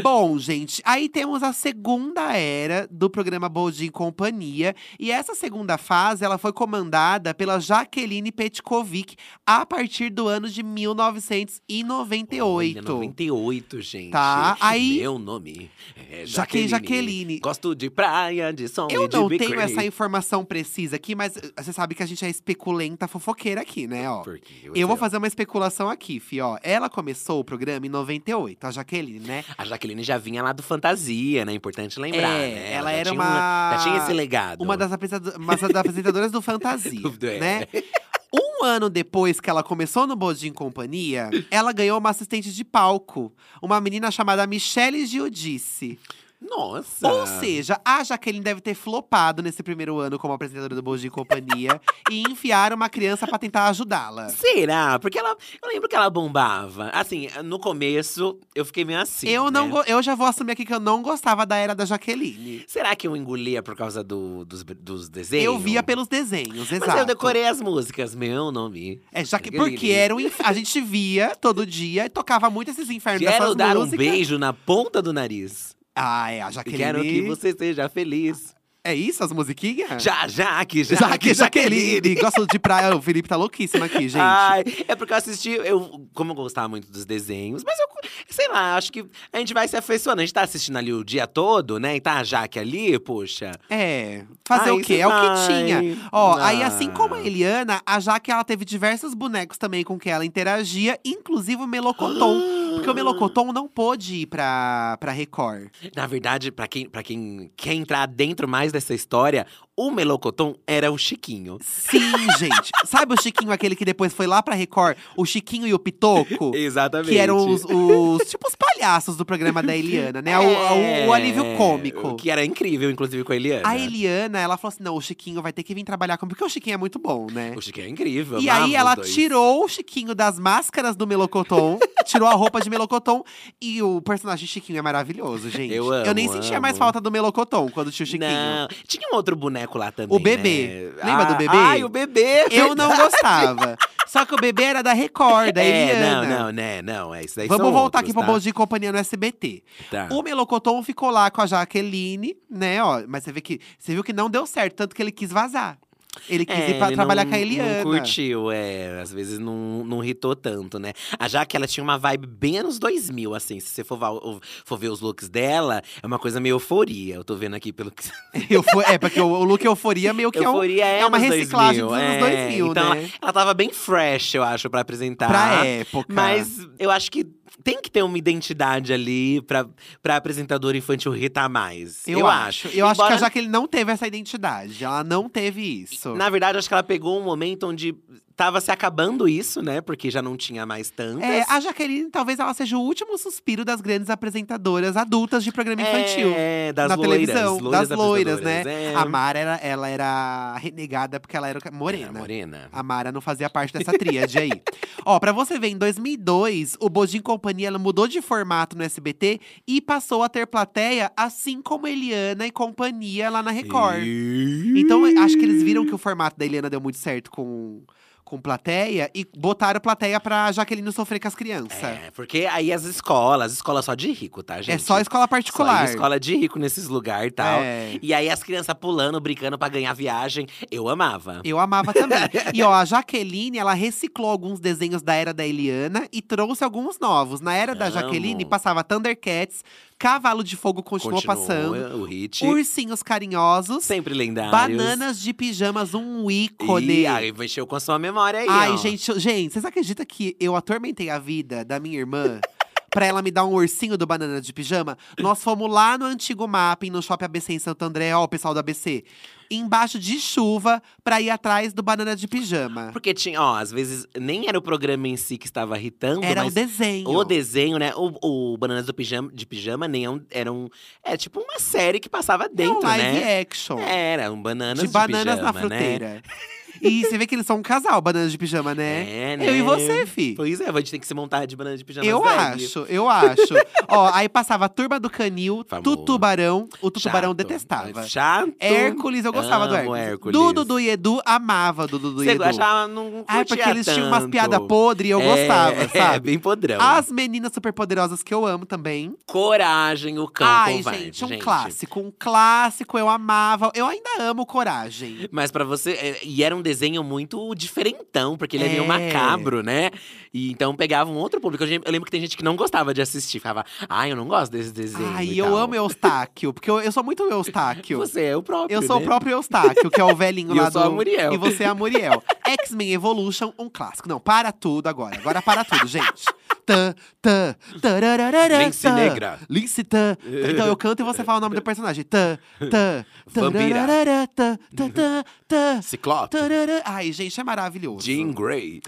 S1: Bom, gente, aí temos a segunda era do programa Boldin e Companhia. E essa segunda fase, ela foi comandada pela Jaqueline Petkovic a partir do ano de
S2: Olha,
S1: 1998.
S2: 98, gente.
S1: Tá, aí-
S2: Meu nome é
S1: Jaque-
S2: Jaqueline.
S1: Jaqueline.
S2: Gosto de praia, de som e
S1: Eu
S2: de
S1: não
S2: biquíni.
S1: tenho essa informação precisa aqui, mas eh, você sabe que a gente é especulenta fofoqueira aqui, né, ó.
S2: Porque
S1: Eu vou fazer uma especulação aqui, Fi, ó. Ela começou o programa em 98, a Jaqueline, né?
S2: A Jaqueline já vinha lá do Fantasia, né? Importante lembrar,
S1: É,
S2: né?
S1: ela
S2: já
S1: era
S2: tinha
S1: uma-
S2: Um, já tinha esse legado.
S1: Uma das, apresentado- uma das apresentadoras do Fantasia,
S2: Do- é.
S1: né? Um ano depois que ela começou no Bodin Companhia, ela ganhou uma assistente de palco. Uma menina chamada Michele Giudice.
S2: Nossa!
S1: Ou seja, a Jaqueline deve ter flopado nesse primeiro ano como apresentadora do Bodin Companhia. e enfiaram uma criança pra tentar ajudá-la.
S2: Será? Porque ela. Eu lembro que ela bombava. Assim, no começo, eu fiquei meio assim.
S1: eu, não
S2: né?
S1: go- eu já vou assumir aqui que eu não gostava da era da Jaqueline.
S2: Será que eu engolia por causa do- dos, dos desenhos?
S1: Eu via pelos desenhos,
S2: Mas
S1: exato.
S2: eu decorei as músicas, meu nome.
S1: É, já que,
S2: Jaqueline.
S1: porque era um inf- a gente via todo dia e tocava muito esses infernos
S2: Quero
S1: dessas
S2: dar um
S1: músicas.
S2: beijo na ponta do nariz.
S1: Ah, é, a
S2: E quero
S1: Jaqueline.
S2: que você seja feliz.
S1: É isso, as musiquinhas?
S2: Já, já, que já.
S1: Jaque,
S2: que
S1: Ah. Jaqueline. Gosto de praia. O Felipe tá louquíssimo aqui, gente.
S2: Ai, é porque eu assisti, eu, como eu gostava muito dos desenhos, mas eu, sei lá, acho que a gente vai se afeiçoando. A gente tá assistindo ali o dia todo, né? E tá a Jaque ali, poxa.
S1: É, fazer
S2: Aí
S1: o quê?
S2: você
S1: É o que
S2: vai.
S1: tinha. Ó,
S2: Ah.
S1: aí assim como a Eliana, a Jaque, ela teve diversos bonecos também com que ela interagia, inclusive o Melocoton. Porque o Melocoton não pôde ir pra, pra Record.
S2: Na verdade, pra quem, pra quem quer entrar dentro mais dessa história, o Melocoton era o Chiquinho.
S1: Sim, gente. Sabe o Chiquinho, aquele que depois foi lá pra Record? O Chiquinho e o Pitoco?
S2: Exatamente.
S1: Que eram os, os- tipo os palhaços do programa da Eliana, né? O- o, o alívio
S2: É,
S1: cômico.
S2: o Que é, né? era incrível, inclusive, com a Eliana.
S1: A Eliana, ela falou assim: não, o Chiquinho vai ter que vir trabalhar comigo, porque o Chiquinho é muito bom, né?
S2: O Chiquinho é incrível.
S1: E
S2: amava
S1: aí
S2: os
S1: ela
S2: dois.
S1: tirou o Chiquinho das máscaras do Melocoton, tirou a roupa de Melocoton e o personagem Chiquinho é maravilhoso, gente.
S2: Eu amo,
S1: Eu nem sentia mais
S2: amo.
S1: falta do Melocoton quando tinha o Chiquinho.
S2: Não, tinha um outro boneco lá também.
S1: O bebê.
S2: né?
S1: Lembra do
S2: Ah,
S1: bebê?
S2: Ai, o bebê! É,
S1: Eu não gostava. Só que o bebê era da Record, da
S2: é,
S1: Eliana.
S2: Não, não, né? Não, é isso daí.
S1: Vamos
S2: são
S1: voltar aqui
S2: outros,
S1: pra
S2: tá?
S1: Bom e Companhia no SBT.
S2: Tá.
S1: O Melocoton ficou lá com a Jaqueline, né? Ó, mas você vê que você viu que não deu certo, tanto que ele quis vazar. Ele quis
S2: É,
S1: ir pra
S2: ele
S1: trabalhar
S2: não-
S1: com a Eliana.
S2: Não curtiu, é. Às vezes não, não hitou tanto, né? A Jaque, ela tinha uma vibe bem anos 2000, assim. Se você for, va- ou- for ver os looks dela, é uma coisa meio euforia. Eu tô vendo aqui pelo que…
S1: Eufo- é, porque o, o look euforia meio que é um.
S2: euforia é,
S1: é uma
S2: anos
S1: reciclagem
S2: 2000,
S1: dos anos
S2: é.
S1: 2000,
S2: então,
S1: né?
S2: Ela, ela tava bem fresh, eu acho, pra apresentar.
S1: Pra época.
S2: Mas eu acho que tem que ter uma identidade ali pra, pra apresentadora infantil hitar mais.
S1: eu, acho. Eu acho que a
S2: Embora
S1: Jaqueline não teve essa identidade. Ela não teve isso.
S2: Na verdade, acho que ela pegou um momento onde tava se acabando isso, né? Porque já não tinha mais tantas.
S1: É, a Jaqueline talvez ela seja o último suspiro das grandes apresentadoras adultas de programa infantil.
S2: É, das
S1: na
S2: loiras,
S1: televisão,
S2: loiras
S1: das loiras, né?
S2: apresentadoras, é.
S1: A Mara, era, ela era renegada porque ela era
S2: Era
S1: morena.
S2: É, morena.
S1: A Mara não fazia parte dessa tríade aí. Ó, pra você ver, em 2002, o Bodin Companhia ela mudou de formato no SBT e passou a ter plateia, assim como Eliana e Companhia lá na Record.
S2: E-
S1: Então, eu acho que eles viram que o formato da Eliana deu muito certo com, com plateia e botaram plateia pra Jaqueline não sofrer com as crianças. É,
S2: É, porque aí as escolas, escola só de rico, tá, gente?
S1: só escola particular.
S2: Só em escola de rico nesses lugares e tal.
S1: É.
S2: E aí as crianças pulando, brincando pra ganhar viagem. Eu amava.
S1: Eu amava também. e ó, a Jaqueline, ela reciclou alguns desenhos da era da Eliana e trouxe alguns novos. Na era da
S2: Amo.
S1: Jaqueline, passava Thundercats, Cavalo de Fogo continuou, passando,
S2: O hit.
S1: Ursinhos Carinhosos,
S2: Sempre lendário.
S1: Bananas de Pijamas, um ícone.
S2: E aí mexeu com a sua memória aí.
S1: Ai,
S2: ó.
S1: gente, eu- gente, vocês acreditam que eu atormentei a vida da minha irmã? Pra ela me dar um ursinho do banana de pijama, nós fomos lá no antigo mapping, no shopping ABC em Santo André, ó, o pessoal do ABC, embaixo de chuva, pra ir atrás do banana de pijama.
S2: Porque tinha, ó, às vezes nem era o programa em si que estava irritando,
S1: Era o
S2: mas
S1: desenho.
S2: o desenho, né? O, o Bananas do Pijama, de Pijama nem é um, era um. É tipo uma série que passava
S1: É um
S2: dentro,
S1: live
S2: né?
S1: action.
S2: Era um Bananas
S1: de bananas na
S2: pijama, né?
S1: fruteira. E você vê que eles são um casal, bananas de pijama, né?
S2: É, né?
S1: Eu e você, fi.
S2: Pois é, a gente tem que se montar de banana de pijama.
S1: Eu
S2: drag.
S1: acho, eu acho. Ó, aí passava a Turma do Canil,
S2: Famoso.
S1: Tutubarão. O Tutubarão
S2: Chato.
S1: detestava.
S2: Chato.
S1: Hércules, eu gostava do
S2: Amo
S1: Hércules.
S2: Hércules.
S1: Dudu, Dudu e Edu, amava Dudu Dudu e
S2: Você
S1: Edu.
S2: achava, não curtia
S1: Ai, porque eles tinham umas
S2: tanto.
S1: piadas podres e eu
S2: É,
S1: gostava,
S2: É,
S1: sabe?
S2: bem podrão.
S1: As meninas superpoderosas que eu amo também.
S2: Coragem, o cão
S1: Ai,
S2: covarde,
S1: gente, um clássico. Um clássico, eu amava. Eu ainda amo Coragem.
S2: Mas pra você. é, E era um desenho muito diferentão, porque ele é,
S1: É.
S2: meio macabro, né? E então pegava um outro público. Eu, eu lembro que tem gente que não gostava de assistir, ficava, ai, eu não gosto desse desenho.
S1: Ai,
S2: e
S1: eu
S2: tal.
S1: amo Eustáquio, porque eu, eu sou muito Eustáquio.
S2: Você é o próprio.
S1: Eu sou
S2: né?
S1: o próprio Eustáquio, que é o velhinho
S2: E
S1: lá
S2: eu sou
S1: do.
S2: a Muriel.
S1: E você é a Muriel. X-Men Evolution, um clássico. Não, para tudo agora. Agora para tudo, gente. Tã, tã, tarararara,
S2: Lince
S1: tã.
S2: Negra.
S1: Lince tã.
S2: É.
S1: Então eu canto e você fala o nome do personagem. Tã, tã,
S2: Vampira.
S1: tararara, tã, tã, tã, tã,
S2: Ciclope.
S1: tarara. Ai, gente, é maravilhoso.
S2: Jean Grey.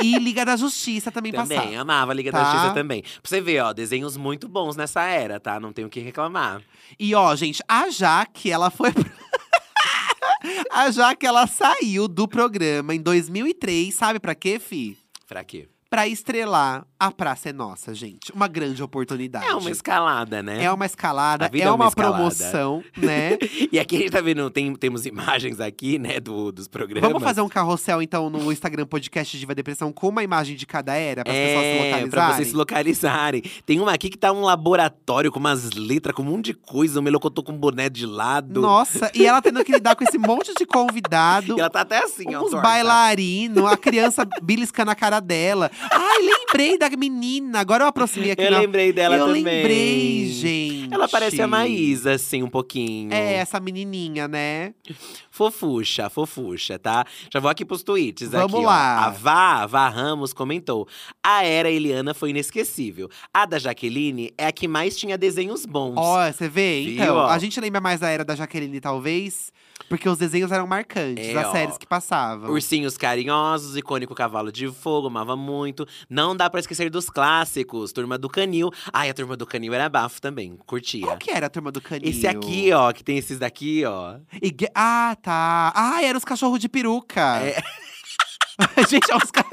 S1: E Liga da Justiça também,
S2: Também,
S1: passava.
S2: amava a Liga
S1: Tá.
S2: da Justiça também. Pra você ver, ó, desenhos muito bons nessa era, tá? Não tenho o que reclamar.
S1: E ó, gente, a Jaque, ela foi. pro- a Jaque, ela saiu do programa em 2003, sabe pra quê, Fi?
S2: Pra quê?
S1: Pra estrelar A Praça é Nossa, gente. Uma grande oportunidade.
S2: É uma escalada, né?
S1: É uma escalada,
S2: A vida
S1: é
S2: é
S1: uma,
S2: uma escalada.
S1: promoção, né?
S2: E aqui a gente tá vendo, tem, temos imagens aqui, né, do, dos programas.
S1: Vamos fazer um carrossel, então, no Instagram Podcast Diva Depressão com uma imagem de cada era, para as pessoas se
S2: É,
S1: localizarem.
S2: pra vocês se localizarem. Tem uma aqui que tá um laboratório com umas letras, com um monte de coisa. O melocotô com um boné de lado.
S1: Nossa, e ela tendo que lidar com esse monte de convidado.
S2: E ela tá até assim, ó.
S1: Uns
S2: torta.
S1: bailarinos, a criança beliscando a cara dela. Ai, lembrei da menina. Agora eu aproximei aqui.
S2: Eu
S1: na-
S2: lembrei dela
S1: eu
S2: também.
S1: lembrei, gente.
S2: Ela parece a Maísa, assim, um pouquinho.
S1: É, essa menininha, né?
S2: Fofuxa, fofuxa, tá? Já vou aqui pros tweets
S1: Vamos
S2: aqui, ó.
S1: lá.
S2: A Vá, a Vá Ramos comentou. A era Eliana foi inesquecível. A da Jaqueline é a que mais tinha desenhos bons.
S1: Ó, você vê?
S2: Viu,
S1: Então,
S2: ó?
S1: a gente lembra mais da era da Jaqueline, talvez. Porque os desenhos eram marcantes,
S2: É,
S1: das
S2: ó.
S1: séries que passavam.
S2: Ursinhos carinhosos, icônico cavalo de fogo, amava muito. Não dá pra esquecer dos clássicos. Turma do Canil. Ai, a Turma do Canil era bafo também, curtia.
S1: Qual que era a turma do canil?
S2: Esse aqui, ó, que tem esses daqui, ó.
S1: E gue- Ah, tá. Ah, era os cachorros de peruca.
S2: É.
S1: Gente, é uns, ca...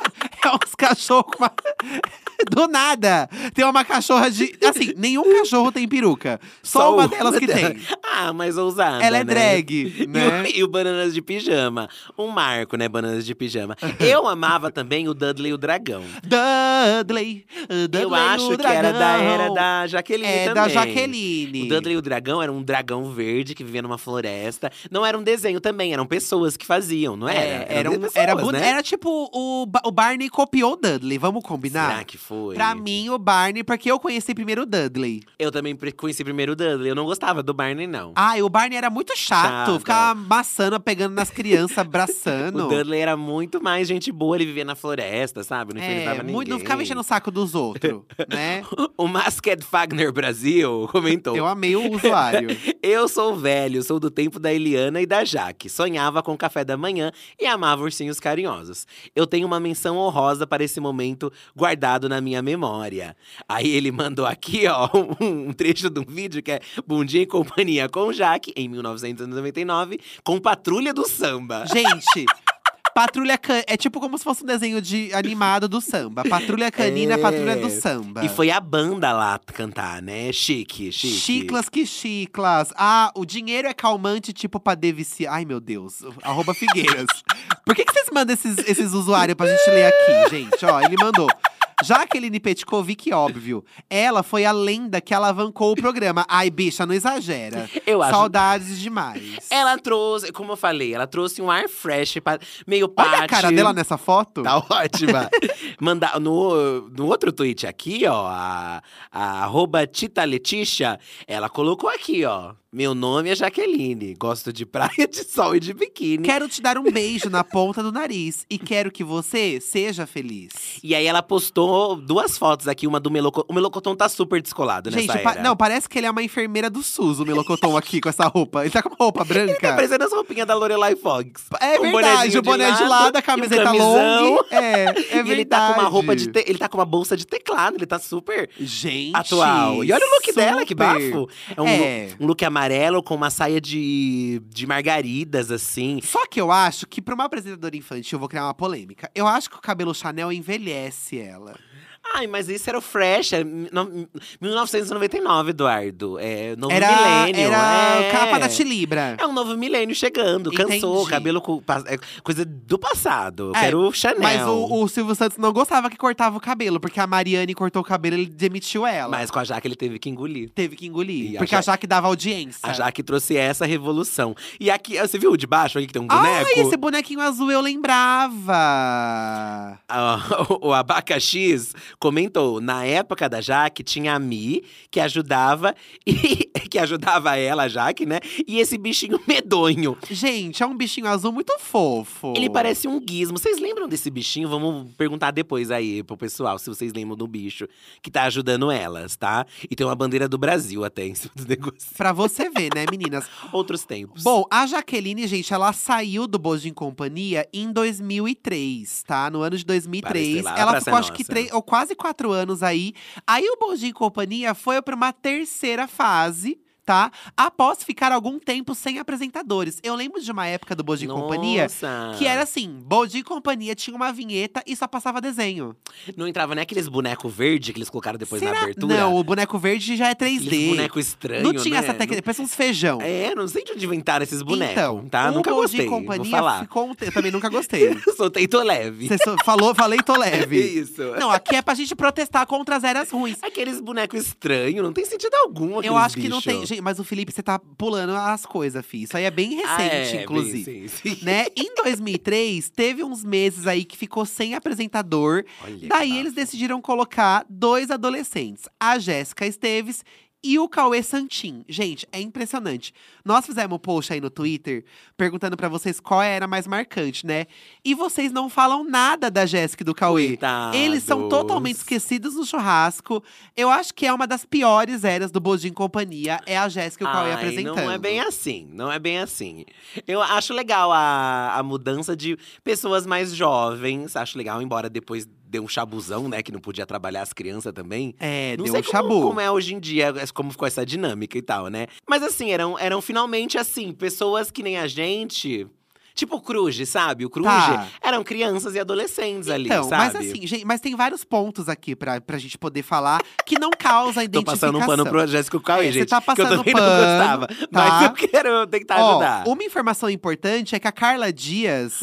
S1: é uns cachorros com uma... Do nada! Tem uma cachorra de. Assim, nenhum cachorro tem peruca. Só, uma delas que
S2: dela.
S1: tem.
S2: Ah, mas ousada,
S1: Ela é
S2: né?
S1: drag,
S2: E o-
S1: né?
S2: E o Bananas de Pijama. Um marco, né? Bananas de Pijama. Eu amava também o Dudley e o Dragão.
S1: Dudley, Dudley.
S2: Eu
S1: o
S2: acho que era da
S1: dragão.
S2: era da Jaqueline
S1: É,
S2: também.
S1: da Jaqueline.
S2: O Dudley e o Dragão era um dragão verde que vivia numa floresta. Não era um desenho também, eram pessoas que faziam, não era?
S1: É,
S2: Eram
S1: era, um-
S2: pessoas,
S1: era, bu-
S2: né?
S1: era tipo o, Ba- o Barney copiou o Dudley, vamos combinar?
S2: Será que foi?
S1: Pra mim, o Barney, porque eu conheci primeiro o Dudley.
S2: Eu também pre- conheci primeiro o Dudley. Eu não gostava do Barney, não.
S1: Ai, o Barney era muito chato,
S2: Chato.
S1: ficava amassando, pegando nas crianças,
S2: O
S1: abraçando.
S2: Dudley era muito mais gente boa, ele vivia na floresta, sabe? Não
S1: É,
S2: enfrentava ninguém.
S1: muito, não ficava enchendo o saco dos outros, né?
S2: O Masked Fagner Brasil comentou.
S1: Eu amei o usuário.
S2: Eu sou velho, sou do tempo da Eliana e da Jaque. Sonhava com café da manhã e amava ursinhos carinhosos. Eu tenho uma menção honrosa para esse momento guardado na minha memória. Aí ele mandou aqui, ó, um, um trecho de um vídeo que é Bundinha e Companhia com Jaque, em 1999, com Patrulha do Samba.
S1: Gente, Patrulha Can... É tipo como se fosse um desenho de animado do samba. Patrulha Canina,
S2: É.
S1: Patrulha do Samba.
S2: E foi a banda lá cantar, né? Chique, chique.
S1: Chiclas que chiclas. Ah, o dinheiro é calmante, tipo pra deviciar. Ai, meu Deus. Arroba Figueiras. Por que, que vocês mandam esses, esses usuários pra gente ler aqui, gente? Ó, ele mandou. Jaqueline Petkovic, óbvio. Ela foi a lenda que alavancou o programa. Ai, bicha, não exagera.
S2: Eu acho É
S1: Saudades demais.
S2: Ela trouxe, como eu falei, ela trouxe um ar fresh, pa- meio
S1: Olha
S2: parte.
S1: a cara dela nessa foto.
S2: Tá ótima. Mandar no, no outro tweet aqui, ó, a, a arroba Tita Letícia, ela colocou aqui, ó. Meu nome é Jaqueline, gosto de praia, de sol e de biquíni.
S1: Quero te dar um beijo na ponta do nariz e quero que você seja feliz.
S2: E aí ela postou duas fotos aqui, uma do Melocotão. O Melocotão tá super descolado nessa
S1: Gente,
S2: era.
S1: pa- não, parece que ele é uma enfermeira do SUS, o Melocoton aqui com essa roupa. Ele tá com uma roupa branca.
S2: Tá parecendo as roupinhas da Lorelai Fox.
S1: É
S2: Um
S1: verdade,
S2: bonezinho
S1: o boné de
S2: de
S1: lado,
S2: lado,
S1: a camiseta
S2: e um camisão.
S1: longa. É, é verdade.
S2: e ele tá com uma roupa de. te- Ele tá com uma bolsa de teclado, ele tá super
S1: Gente,
S2: atual. E olha o look dela, que
S1: super.
S2: bafo! É um,
S1: É.
S2: look- um look amarelo com uma saia de, de margaridas, assim.
S1: Só que eu acho que pra uma apresentadora infantil, eu vou criar uma polêmica. Eu acho que o cabelo Chanel envelhece ela.
S2: Ai, mas isso era o Fresh, é, no- 1999, Eduardo. É, novo
S1: Era,
S2: milênio.
S1: era
S2: é.
S1: capa da Tilibra.
S2: É um novo milênio chegando, cansou,
S1: Entendi.
S2: cabelo com, pa- é coisa do passado.
S1: É,
S2: Quero Chanel.
S1: Mas o, o Silvio Santos não gostava que cortava o cabelo, porque a Mariane cortou o cabelo e ele demitiu ela.
S2: Mas com a Jaque ele teve que engolir.
S1: Teve que engolir.
S2: E a
S1: porque a Jaque dava audiência.
S2: A Jaque trouxe essa revolução. E aqui, ah, você viu o de baixo aqui que tem um
S1: Ai,
S2: boneco?
S1: Ah, esse bonequinho azul eu lembrava.
S2: Ah, o Abacaxis comentou: na época da Jaque tinha a Mi que ajudava e que ajudava ela, a Jaque, né? E esse bichinho medonho.
S1: Gente, é um bichinho azul muito fofo.
S2: Ele parece um gizmo. Vocês lembram desse bichinho? Vamos perguntar depois aí pro pessoal se vocês lembram do bicho que tá ajudando elas, tá? E tem uma bandeira do Brasil até em cima do negócio.
S1: Pra você ver, né, meninas?
S2: Outros tempos.
S1: Bom, a Jaqueline, gente, ela saiu do Bojin Companhia em 2003, tá? No ano de 2003.
S2: Para a Estrela,
S1: ela
S2: pra
S1: ficou,
S2: ser
S1: acho que,
S2: nossa.
S1: três, ou quase quatro anos aí. Aí o Bojin Companhia foi pra uma terceira fase. Tá? Após ficar algum tempo sem apresentadores. Eu lembro de uma época do Bojin Companhia
S2: Nossa!
S1: que era assim: Bojin Companhia tinha uma vinheta e só passava desenho.
S2: Não entrava nem aqueles bonecos verde que eles colocaram depois
S1: Será?
S2: na abertura?
S1: Não, o boneco verde já é 3D.
S2: Aqueles boneco estranho,
S1: não tinha
S2: né?
S1: essa técnica, parece uns feijão.
S2: É, não sei de onde inventaram esses bonecos,
S1: então,
S2: tá?
S1: o
S2: Nunca
S1: Bom Dia
S2: gostei,
S1: e
S2: vou
S1: companhia
S2: falar.
S1: ficou um te- Também nunca gostei.
S2: Soltei tô leve.
S1: Você só- falou, falei, tô leve.
S2: Isso.
S1: Não, aqui é pra gente protestar contra as eras ruins.
S2: Aqueles bonecos estranhos, não tem sentido algum
S1: Eu
S2: aqueles
S1: acho que não
S2: bicho.
S1: tem. Gente, mas o Felipe, você tá pulando as coisas, fi. Isso aí é bem
S2: Ah,
S1: recente,
S2: é, bem,
S1: inclusive.
S2: sim, sim.
S1: Né? Em 2003, teve uns meses aí que ficou sem apresentador.
S2: Olha,
S1: Daí
S2: tá.
S1: eles decidiram colocar dois adolescentes, a Jéssica Esteves e o Cauê Santin. Gente, é impressionante. Nós fizemos um post aí no Twitter perguntando pra vocês qual era a mais marcante, né? E vocês não falam nada da Jéssica e do Cauê.
S2: Coitados.
S1: Eles são totalmente esquecidos no churrasco. Eu acho que é uma das piores eras do Bodin Companhia. É a Jéssica e o Cauê
S2: Ai,
S1: apresentando.
S2: Não é bem assim, não é bem assim. Eu acho legal a, a mudança de pessoas mais jovens. Acho legal, embora depois deu um chabuzão, né? Que não podia trabalhar as crianças também.
S1: É,
S2: não
S1: deu
S2: sei
S1: um
S2: como-
S1: chabu.
S2: Como, é hoje em dia, como ficou essa dinâmica e tal, né? Mas assim, eram, eram finalmente assim, pessoas que nem a gente. Tipo o Cruz, sabe? O Cruz
S1: Tá.
S2: eram crianças e adolescentes ali,
S1: Então,
S2: sabe?
S1: mas assim, gente, mas tem vários pontos aqui pra, pra gente poder falar que não causa
S2: Tô
S1: identificação.
S2: passando um pano pro Jéssica Cauê,
S1: É, você
S2: gente.
S1: tá
S2: que eu
S1: passando
S2: também
S1: pano,
S2: não gostava.
S1: tá?
S2: Mas eu quero tentar
S1: Ó,
S2: ajudar.
S1: uma informação importante é que a Carla Dias,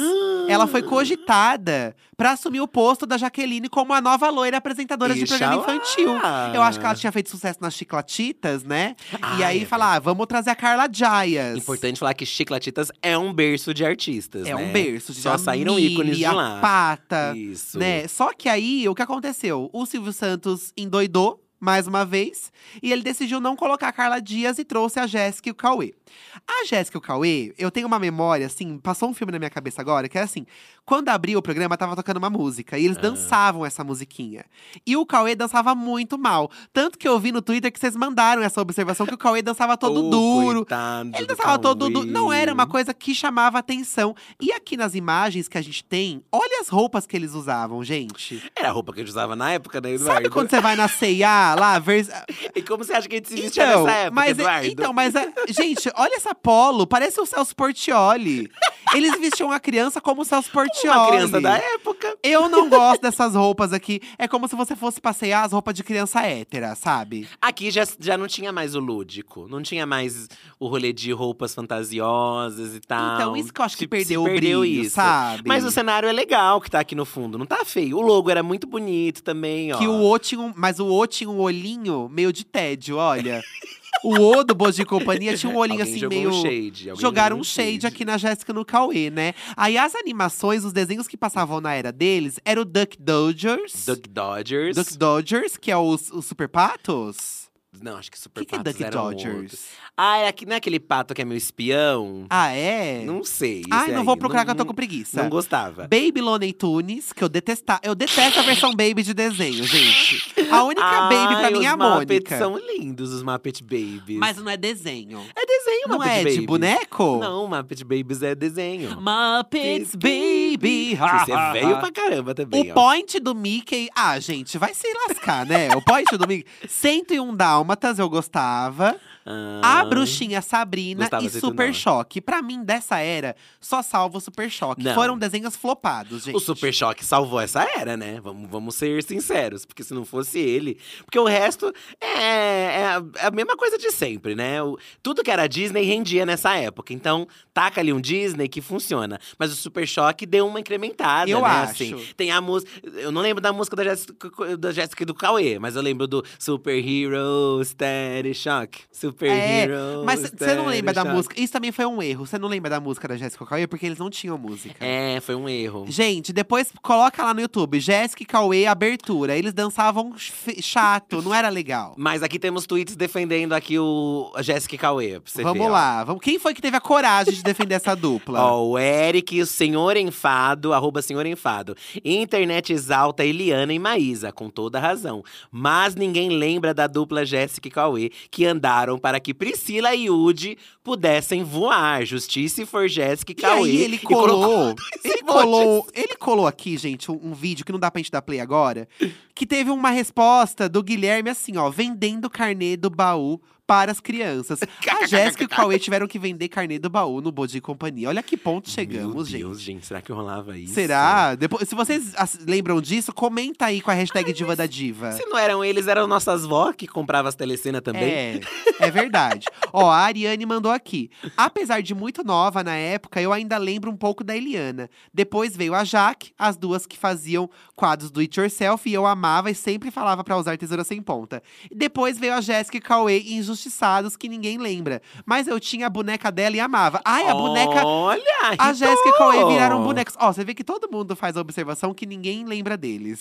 S1: ela foi cogitada pra assumir o posto da Jaqueline como a nova loira apresentadora de programa
S2: Ixalá!
S1: infantil. Eu acho que ela tinha feito sucesso nas Chiclatitas, né? e
S2: Ah,
S1: aí
S2: é
S1: falar, ah, vamos trazer a Carla Dias.
S2: Importante falar que Chiclatitas é um berço de artistas,
S1: É
S2: né?
S1: um berço.
S2: Só
S1: a
S2: saíram
S1: Mili,
S2: ícones de
S1: a
S2: lá.
S1: Pata.
S2: Isso.
S1: né? Só que aí, o que aconteceu? O Silvio Santos endoidou mais uma vez e ele decidiu não colocar a Carla Dias e trouxe a Jéssica e o Cauê. A Jéssica e o Cauê, eu tenho uma memória, assim, passou um filme na minha cabeça agora, que é assim: quando abriu o programa, tava tocando uma música e eles
S2: Ah.
S1: dançavam essa musiquinha. E o Cauê dançava muito mal. Tanto que eu vi no Twitter que vocês mandaram essa observação que o Cauê dançava todo
S2: Ô,
S1: duro,
S2: coitado
S1: ele
S2: do
S1: dançava todo. Du...
S2: Cauê.
S1: Não era uma coisa que chamava atenção. E aqui nas imagens que a gente tem, olha as roupas que eles usavam, gente.
S2: Era a roupa que a gente usava na época, né, Eduardo?
S1: Sabe quando você vai na C&A lá? Ver...
S2: E como você acha que a gente se vestia
S1: Então,
S2: nessa época,
S1: mas,
S2: Eduardo?
S1: então, mas a- gente, olha essa polo, parece o Celso Portioli. Eles vestiam a criança como o Celso Portioli.
S2: uma criança da época.
S1: Eu não gosto dessas roupas aqui. É como se você fosse passear as roupas de criança hétera, sabe?
S2: Aqui já, já não tinha mais o lúdico. Não tinha mais o rolê de roupas fantasiosas e tal.
S1: então, isso que eu acho que
S2: Se- se
S1: perdeu,
S2: perdeu
S1: o brilho,
S2: isso.
S1: sabe?
S2: Mas o cenário é legal que tá aqui no fundo, não tá feio. O logo era muito bonito também, ó.
S1: Que o O tinha um, mas o O tinha um olhinho meio de tédio, olha. o O do Bojo de Companhia tinha um olhinho
S2: Alguém
S1: assim
S2: jogou
S1: meio.
S2: um shade. alguém
S1: Jogaram
S2: jogou
S1: um shade aqui na Jéssica e no Cauê, né? Aí as animações, os desenhos que passavam na era deles era o Duck Dodgers.
S2: Duck Dodgers.
S1: Duck Dodgers, que é os, os Super Patos.
S2: Não, acho que
S1: O
S2: Super
S1: que, que é
S2: Patos
S1: Duck
S2: era um outro.
S1: Dodgers?
S2: Ah, é aqui, não é aquele pato que é meu espião?
S1: Ah, é?
S2: Não sei. esse
S1: Ai, não
S2: aí.
S1: vou procurar
S2: Não-
S1: que eu tô com preguiça.
S2: Não gostava.
S1: Baby Loney Tunes, que eu detestava. Eu detesto a versão Baby de desenho, gente. A única Baby pra
S2: Ai,
S1: mim é a
S2: os Muppets
S1: Mônica.
S2: são lindos, os Muppet Babies.
S1: Mas não é desenho.
S2: é desenho,
S1: Não
S2: Muppet
S1: é
S2: Babies.
S1: de boneco?
S2: Não, Muppet Babies é desenho.
S1: Muppets Baby.
S2: Você é velho pra caramba também,
S1: O
S2: ó.
S1: point do Mickey. Ah, gente, vai se lascar, né? O point do Mickey. 101 Dálmatas, eu um gostava.
S2: Ah,
S1: A bruxinha Sabrina
S2: Gustavo
S1: e
S2: Aceitunova.
S1: Super Choque. Pra mim, dessa era, só salva o Super Choque.
S2: Não.
S1: Foram desenhos flopados, gente.
S2: O Super Choque salvou essa era, né? Vamos, vamos ser sinceros, porque se não fosse ele. Porque o resto é, é a, é a mesma coisa de sempre, né? O- tudo que era Disney rendia nessa época. Então, taca ali um Disney que funciona. Mas o Super Choque deu uma incrementada,
S1: Eu
S2: né?
S1: acho.
S2: Assim, tem a música. Eu não lembro da música da Jéssica, da Jéssica e do Cauê, mas eu lembro do Super Hero Steady Shock. Super
S1: É,
S2: Hero.
S1: Mas você não lembra da
S2: Steady Shock.
S1: música? Isso também foi um erro. Você não lembra da música da Jéssica Cauê? Porque eles não tinham música.
S2: É, foi um erro.
S1: Gente, depois coloca lá no YouTube. Jéssica e Cauê, abertura. Eles dançavam ch- chato, não era legal.
S2: Mas aqui temos tweets defendendo aqui o a Jéssica e Cauê. Pra você
S1: vamos
S2: ver, ó.
S1: lá. Vamos... Quem foi que teve a coragem de defender essa dupla?
S2: Ó, o Eric, o Senhor Enfado, arroba Senhor Enfado. Internet exalta Eliana e Maísa, com toda razão. Mas ninguém lembra da dupla Jéssica e Cauê, que andaram para que Priscila e Udi pudessem voar. Justiça e for Jéssica e
S1: E
S2: Cauê.
S1: aí ele
S2: E colocou- um
S1: colou, ele
S2: esse
S1: colou, ele colou aqui, gente, um, um vídeo que não dá pra gente dar play agora, que teve uma resposta do Guilherme assim, ó, vendendo carnê do baú para as crianças. A Jéssica e o Cauê tiveram que vender carnê do baú no Bodi e Companhia. Olha que ponto
S2: Meu
S1: chegamos, gente.
S2: Deus, gente. Será que rolava isso?
S1: Será? Depois, se vocês as- lembram disso, comenta aí com a hashtag Diva da Diva.
S2: Se não eram eles, eram nossas vó que comprava as telecenas também.
S1: É, é verdade. Ó, a Ariane mandou aqui. Apesar de muito nova na época, eu ainda lembro um pouco da Eliana. Depois veio a Jaque, as duas que faziam quadros do It Yourself, e eu amava e sempre falava pra usar tesoura sem ponta. E depois veio a Jéssica e Cauê, em Injustiçados, que ninguém lembra. Mas eu tinha a boneca dela e amava. Ai, a boneca.
S2: Olha!
S1: A
S2: irritou!
S1: Jéssica e Cauê viraram bonecos. Ó, você vê que todo mundo faz a observação que ninguém lembra deles.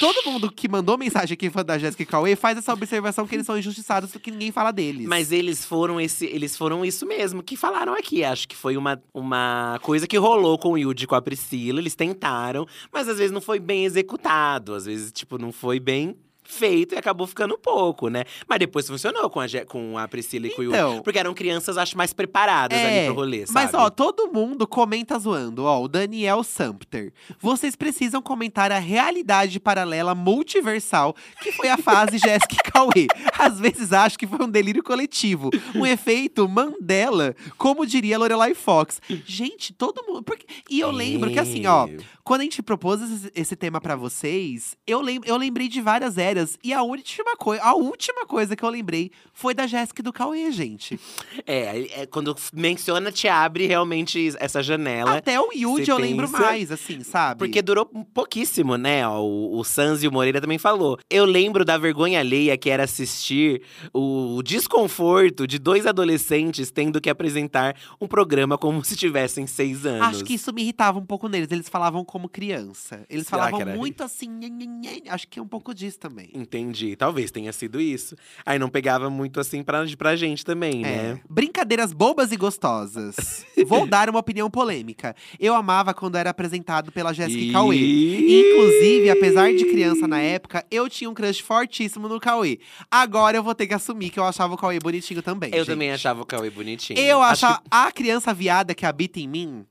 S1: Todo mundo que mandou mensagem aqui fã da Jéssica e Cauê faz essa observação que eles são injustiçados porque ninguém fala deles.
S2: Mas eles foram esse, eles foram isso mesmo que falaram aqui. Acho que foi uma, uma coisa que rolou com o Yudi e com a Priscila. Eles tentaram, mas às vezes não foi bem executado. Às vezes, tipo, não foi bem feito e acabou ficando pouco, né? Mas depois funcionou com a, Je- com a Priscila e com o
S1: Então.
S2: Yudi. Porque eram crianças, acho, mais preparadas
S1: É,
S2: ali pro rolê, sabe?
S1: Mas, ó, todo mundo comenta zoando. Ó, o Daniel Sampter. Vocês precisam comentar a realidade paralela multiversal que foi a fase Jéssica e Cauê. Às vezes acho que foi um delírio coletivo. Um efeito Mandela, como diria Lorelai Fox. Gente, todo mundo… por que- E eu lembro que, assim, ó…
S2: Meu.
S1: Quando a gente propôs esse, esse tema pra vocês, eu, lem eu lembrei de várias eras. E a última, coi a última coisa que eu lembrei foi da Jéssica e do Cauê, gente.
S2: É, é, quando menciona, te abre realmente essa janela.
S1: Até o Yudi
S2: é Você
S1: eu lembro
S2: pensa-
S1: mais, assim, sabe?
S2: Porque durou pouquíssimo, né? Ó, O, o Sanz e o Moreira também falou. Eu lembro da vergonha alheia que era assistir o, o desconforto de dois adolescentes tendo que apresentar um programa como se tivessem seis anos.
S1: Acho que isso me irritava um pouco neles. Eles falavam como criança. Eles
S2: Será
S1: falavam
S2: que era
S1: muito assim. nhen, nhen, nhen. Acho que é um pouco disso também.
S2: Entendi. Talvez tenha sido isso. Aí não pegava muito assim pra, pra gente também,
S1: É.
S2: né?
S1: Brincadeiras bobas e gostosas. Vou dar uma opinião polêmica. Eu amava quando era apresentado pela Jéssica e Cauê. Inclusive, apesar de criança na época, eu tinha um crush fortíssimo no Cauê. Agora eu vou ter que assumir que eu achava o Cauê bonitinho também.
S2: Eu
S1: gente.
S2: também achava o Cauê bonitinho.
S1: Eu
S2: Acho que
S1: achava. A criança viada que habita em mim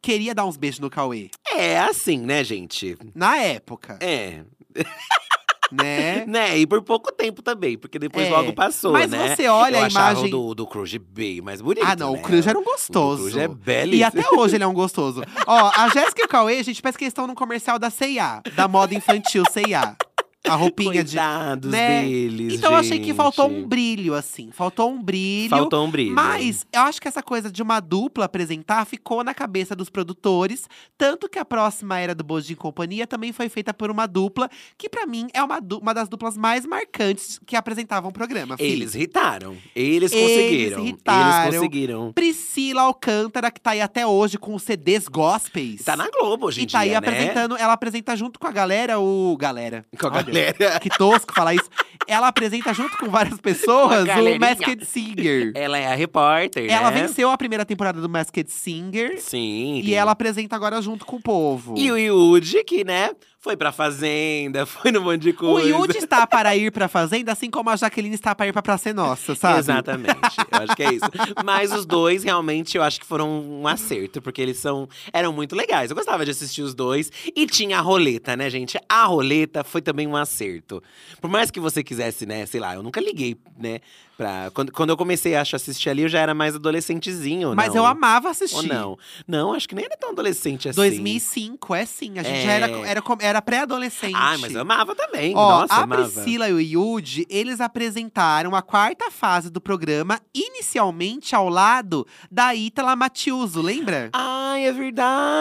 S1: queria dar uns beijos no Cauê.
S2: É assim, né, gente?
S1: Na época,
S2: É.
S1: né?
S2: Né? E por pouco tempo também, porque depois
S1: É.
S2: logo passou,
S1: Mas
S2: né?
S1: você olha
S2: eu
S1: a
S2: achava
S1: imagem.
S2: o do, do Cruz bem mais bonito,
S1: Ah, não,
S2: né?
S1: o Cruz era um
S2: O
S1: gostoso.
S2: Cruz é
S1: E
S2: belíssimo.
S1: até hoje ele é um gostoso. Ó, a Jéssica e o Cauê, gente, parece que eles estão num comercial da CIA, da moda infantil CIA. A roupinha de.
S2: Cuidados
S1: né?
S2: deles,
S1: Então eu achei que faltou um
S2: gente.
S1: brilho, assim. Faltou um brilho.
S2: Faltou um brilho.
S1: Mas eu acho que essa coisa de uma dupla apresentar ficou na cabeça dos produtores, tanto que a próxima era do Bojo e Companhia também foi feita por uma dupla que pra mim é uma, du- uma das duplas mais marcantes que apresentavam o programa. fi.
S2: Eles irritaram. Eles
S1: assim, Eles
S2: conseguiram.
S1: irritaram.
S2: conseguiram.
S1: Priscila Alcântara que tá aí até hoje com os CDs gospels.
S2: Tá na Globo hoje em
S1: e tá aí
S2: dia, né?
S1: apresentando, ela apresenta junto com a galera o galera.
S2: Com a
S1: Olha,
S2: galera.
S1: Que tosco falar isso. Ela apresenta junto com várias pessoas o
S2: galerinha.
S1: Masked Singer.
S2: Ela é a repórter,
S1: Ela
S2: né?
S1: venceu a primeira temporada do Masked Singer
S2: Sim.
S1: E
S2: tem-
S1: ela apresenta agora junto com o povo.
S2: E o Yudi, que, né, Foi pra fazenda, foi num monte de
S1: O
S2: coisa.
S1: Yudi está para ir pra fazenda, assim como a Jaqueline está para ir pra Praça é Nossa, sabe?
S2: Exatamente. Eu acho que é isso. Mas os dois, realmente, eu acho que foram um acerto, porque eles são eram muito legais. Eu gostava de assistir os dois. E tinha a roleta, né, gente? A roleta foi também um acerto. Por mais que você quisesse, né, sei lá, eu nunca liguei, né? Pra... Quando, quando eu comecei acho, a assistir ali, eu já era mais adolescentezinho.
S1: Mas
S2: não.
S1: eu amava
S2: Ou
S1: assistir.
S2: não? Não, acho que nem era tão adolescente assim.
S1: 2005, é sim. A gente já era,
S2: É.
S1: era, com- era pré-adolescente.
S2: Ai, mas eu amava também.
S1: Ó,
S2: Nossa,
S1: a
S2: amava.
S1: Priscila e o Yudi, eles apresentaram a quarta fase do programa, inicialmente ao lado da Ítala Matiuso, lembra?
S2: Ai, é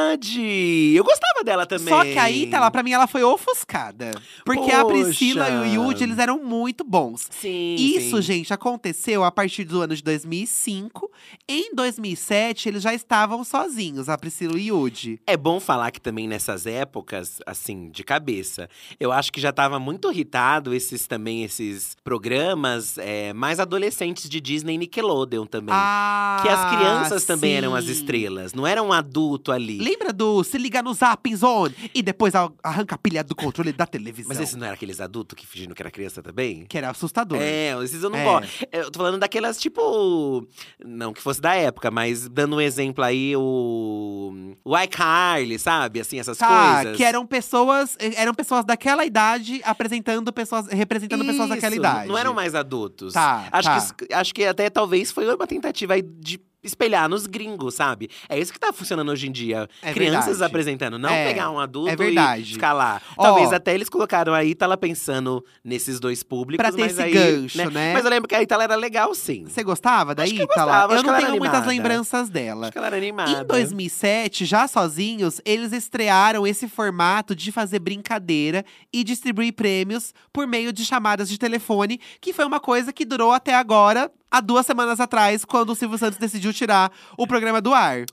S2: verdade! Eu gostava dela também.
S1: Só que a Ítala, pra mim, ela foi ofuscada. Porque a Priscila
S2: Poxa.
S1: e o Yudi, eles eram muito bons.
S2: Sim.
S1: Isso,
S2: sim.
S1: gente, aconteceu a partir do ano de 2005. Em 2007, eles já estavam sozinhos, a Priscila e o Yudi.
S2: É bom falar que também nessas épocas, assim, de cabeça, eu acho que já tava muito irritado esses também, esses programas é, mais adolescentes de Disney e Nickelodeon também.
S1: Ah,
S2: que as crianças também eram as
S1: sim.
S2: estrelas, não era um adulto ali.
S1: Lembra do se liga no Zap Zone e depois a- arranca a pilha do controle da televisão?
S2: Mas esse não era aqueles adultos que fingindo que era criança também?
S1: Que era assustador.
S2: É, esses eu não
S1: É.
S2: gosto. Eu tô falando daquelas, tipo. Não que fosse da época, mas dando um exemplo aí, o. O iCarly, sabe? Assim, essas
S1: Tá,
S2: coisas.
S1: que eram pessoas, eram pessoas daquela idade apresentando pessoas, representando pessoas daquela
S2: Isso,
S1: idade.
S2: Não eram mais adultos.
S1: Tá,
S2: Acho,
S1: tá.
S2: que, isso- acho que até talvez foi uma tentativa aí de espelhar nos gringos, sabe? É isso que tá funcionando hoje em dia.
S1: É
S2: Crianças
S1: verdade.
S2: apresentando, não
S1: É,
S2: pegar um adulto
S1: é verdade.
S2: e ficar lá.
S1: Ó.
S2: talvez até eles colocaram a Itala pensando nesses dois públicos,
S1: Pra ter
S2: mas
S1: esse
S2: aí,
S1: gancho, né?
S2: Mas eu lembro que a Itala era legal, sim.
S1: Você gostava da
S2: Acho que eu
S1: Ítala?
S2: gostava, acho que
S1: não
S2: ela
S1: tenho
S2: era
S1: muitas
S2: animada.
S1: lembranças dela.
S2: Acho que ela era animada.
S1: Em 2007, já sozinhos, eles estrearam esse formato de fazer brincadeira e distribuir prêmios por meio de chamadas de telefone, que foi uma coisa que durou até agora, há duas semanas atrás, quando o Silvio Santos decidiu tirar o programa do ar.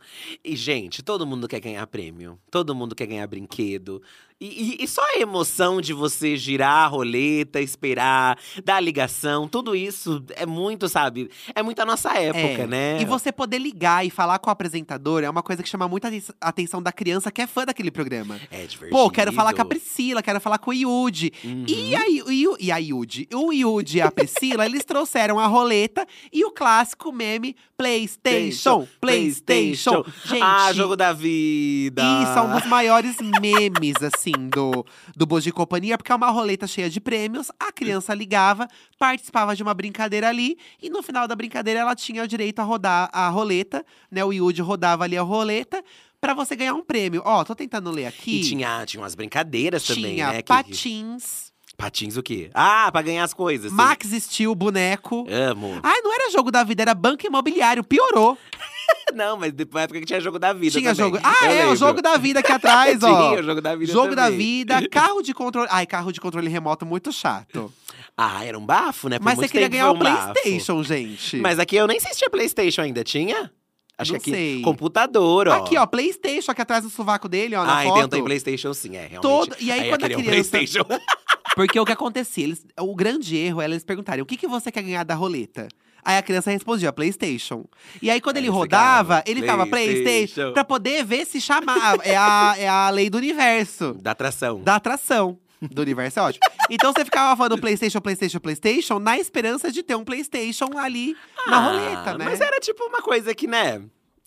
S2: E, gente, todo mundo quer ganhar prêmio. Todo mundo quer ganhar brinquedo. E, e- e só a emoção de você girar a roleta, esperar, dar a ligação, tudo isso é muito, sabe? É muito a nossa época,
S1: É.
S2: né?
S1: E você poder ligar e falar com o apresentador é uma coisa que chama muita aten- atenção da criança que é fã daquele programa.
S2: É divertido.
S1: Pô, quero falar com a Priscila, quero falar com o Yudi.
S2: Uhum.
S1: E, a, Yu- e, o- e a Yudi? O Yudi e a Priscila, eles trouxeram a roleta e o clássico meme PlayStation, PlayStation. Gente,
S2: Ah, jogo da vida!
S1: isso é um dos maiores memes, assim, do, do Bojo de Companhia, porque é uma roleta cheia de prêmios. A criança ligava, participava de uma brincadeira ali, e no final da brincadeira ela tinha o direito a rodar a roleta, né? O Yudi rodava ali a roleta pra você ganhar um prêmio. Ó, tô tentando ler aqui.
S2: E tinha, tinha umas brincadeiras também,
S1: Tinha
S2: né? que-
S1: patins,
S2: patins o quê? Ah, pra ganhar as coisas. sim.
S1: Max Steel, boneco.
S2: Amo.
S1: Ai, não era jogo da vida, era banco imobiliário, piorou. Ah,
S2: Não, mas depois na época que tinha jogo da vida
S1: Tinha
S2: também.
S1: jogo. Ah,
S2: Eu
S1: é, o
S2: lembro.
S1: jogo da vida aqui atrás, ó.
S2: Tinha o jogo da vida
S1: Jogo da
S2: também.
S1: vida, carro de controle. Ai, carro de controle remoto muito chato.
S2: Ah, era um bafo, né? Por
S1: Mas
S2: muito
S1: você queria
S2: tempo
S1: ganhar o
S2: foi um bafo.
S1: PlayStation, gente.
S2: Mas aqui eu nem sei se tinha PlayStation ainda, tinha? Acho
S1: Não
S2: que aqui.
S1: sei.
S2: Computador, ó.
S1: Aqui, ó, PlayStation aqui atrás do sovaco dele, ó, na
S2: Ah,
S1: foto.
S2: então tem PlayStation sim, é, realmente.
S1: Todo- e aí,
S2: aí
S1: quando a
S2: aquele é um
S1: criança-
S2: PlayStation.
S1: Porque o que acontecia, eles, o grande erro era eles perguntarem o que, que você quer ganhar da roleta. Aí a criança respondia, Playstation. E aí, quando
S2: Aí
S1: ele
S2: eles
S1: rodava,
S2: ficavam,
S1: ele ficava Playstation,
S2: um "Playstation".
S1: pra poder ver se chamava. é, a, é a lei do universo.
S2: da atração.
S1: da atração do universo, é ótimo. Então você ficava falando PlayStation, PlayStation, PlayStation, na esperança de ter um PlayStation ali na
S2: Ah,
S1: roleta, né?
S2: Mas era tipo uma coisa que, né?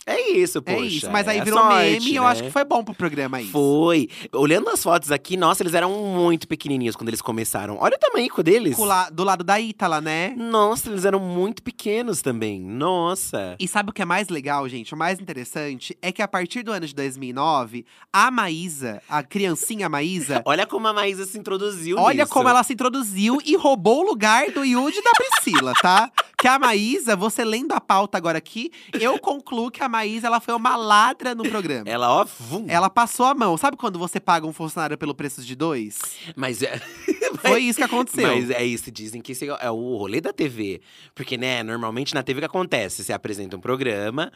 S2: É isso,
S1: É
S2: poxa.
S1: isso, mas aí
S2: é
S1: virou
S2: sorte,
S1: meme e eu
S2: né?
S1: acho que foi bom pro programa isso.
S2: Foi. Olhando as fotos aqui, nossa, eles eram muito pequenininhos quando eles começaram. Olha o tamanho deles.
S1: Com la- Do lado da Ítala, né?
S2: Nossa, eles eram muito pequenos também. Nossa.
S1: E sabe o que é mais legal, gente? O mais interessante é que a partir do ano de 2009, a Maísa, a criancinha Maísa,
S2: Olha como a Maísa se introduziu
S1: olha
S2: nisso.
S1: como ela se introduziu e roubou o lugar do Yudi e da Priscila, tá? Que a Maísa, você lendo a pauta agora aqui, eu concluo que a Maísa ela foi uma ladra no programa.
S2: Ela, ó, vum.
S1: Ela passou a mão. Sabe quando você paga um funcionário pelo preço de dois?
S2: Mas, é-
S1: Foi isso que aconteceu.
S2: mas é isso, dizem que esse é o rolê da TV. Porque, né, normalmente na TV o que acontece? Você apresenta um programa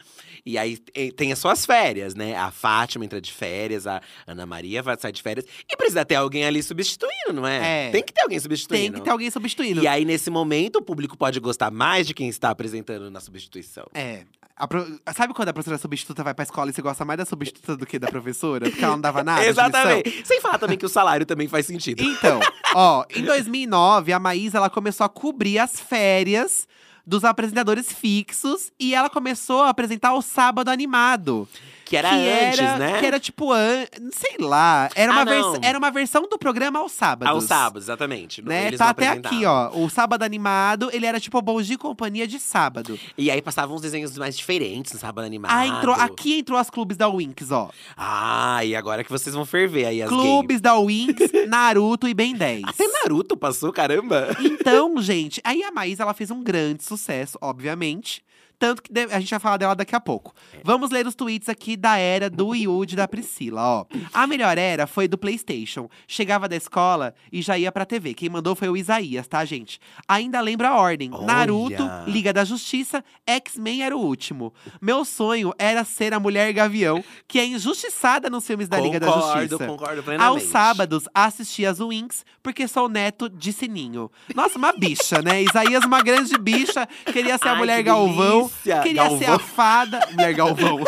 S2: e aí te- tem as suas férias, né? A Fátima entra de férias, a Ana Maria vai- sai de férias. E precisa ter alguém ali substituindo, não é?
S1: É.
S2: Tem que ter alguém
S1: Tem
S2: substituindo.
S1: que ter alguém substituindo.
S2: E aí, nesse momento, o público pode gostar mais de quem está apresentando na substituição.
S1: É. a pro- Sabe quando a professora substituta vai pra escola e você gosta mais da substituta do que da professora? Porque ela não dava nada? de lição?
S2: Exatamente. Sem falar também que o salário também faz sentido.
S1: Então, ó, em 2009, a Maísa ela começou a cobrir as férias dos apresentadores fixos e ela começou a apresentar o Sábado Animado.
S2: Que era
S1: que
S2: antes,
S1: era,
S2: né?
S1: Que era tipo, an... sei lá, era uma,
S2: Ah,
S1: vers-
S2: não.
S1: era uma versão do programa aos sábados.
S2: Aos sábados, exatamente.
S1: Né?
S2: Eles
S1: Tá
S2: não
S1: até aqui,
S2: apresentavam.
S1: ó. O Sábado Animado, ele era tipo o Bom Dia e Companhia de sábado.
S2: E aí passavam uns desenhos mais diferentes no sábado animado.
S1: Ah, entrou, aqui entrou as clubes da Winx, ó.
S2: Ah, e agora que vocês vão ferver aí as gays.
S1: clubes da Winx, Naruto e Ben 10.
S2: Até Naruto passou, caramba.
S1: Então, gente, aí a Maísa ela fez um grande sucesso, obviamente. Tanto que de- a gente vai falar dela daqui a pouco. Vamos ler os tweets aqui da era do Yud e da Priscila, ó. A melhor era foi do PlayStation. Chegava da escola e já ia pra TV. Quem mandou foi o Isaías, tá, gente? Ainda lembro a ordem.
S2: Olha!
S1: Naruto, Liga da Justiça, X-Men era o último. Meu sonho era ser a mulher gavião, que é injustiçada nos filmes da Liga da Justiça.
S2: Concordo, concordo plenamente.
S1: Aos sábados, assisti as Winx, porque sou neto de Sininho. Nossa, uma bicha, né? Isaías, uma grande bicha, queria ser a
S2: Ai,
S1: mulher
S2: que
S1: Galvão.
S2: delícia.
S1: Queria ser a
S2: Galvão.
S1: fada. Mulher Galvão.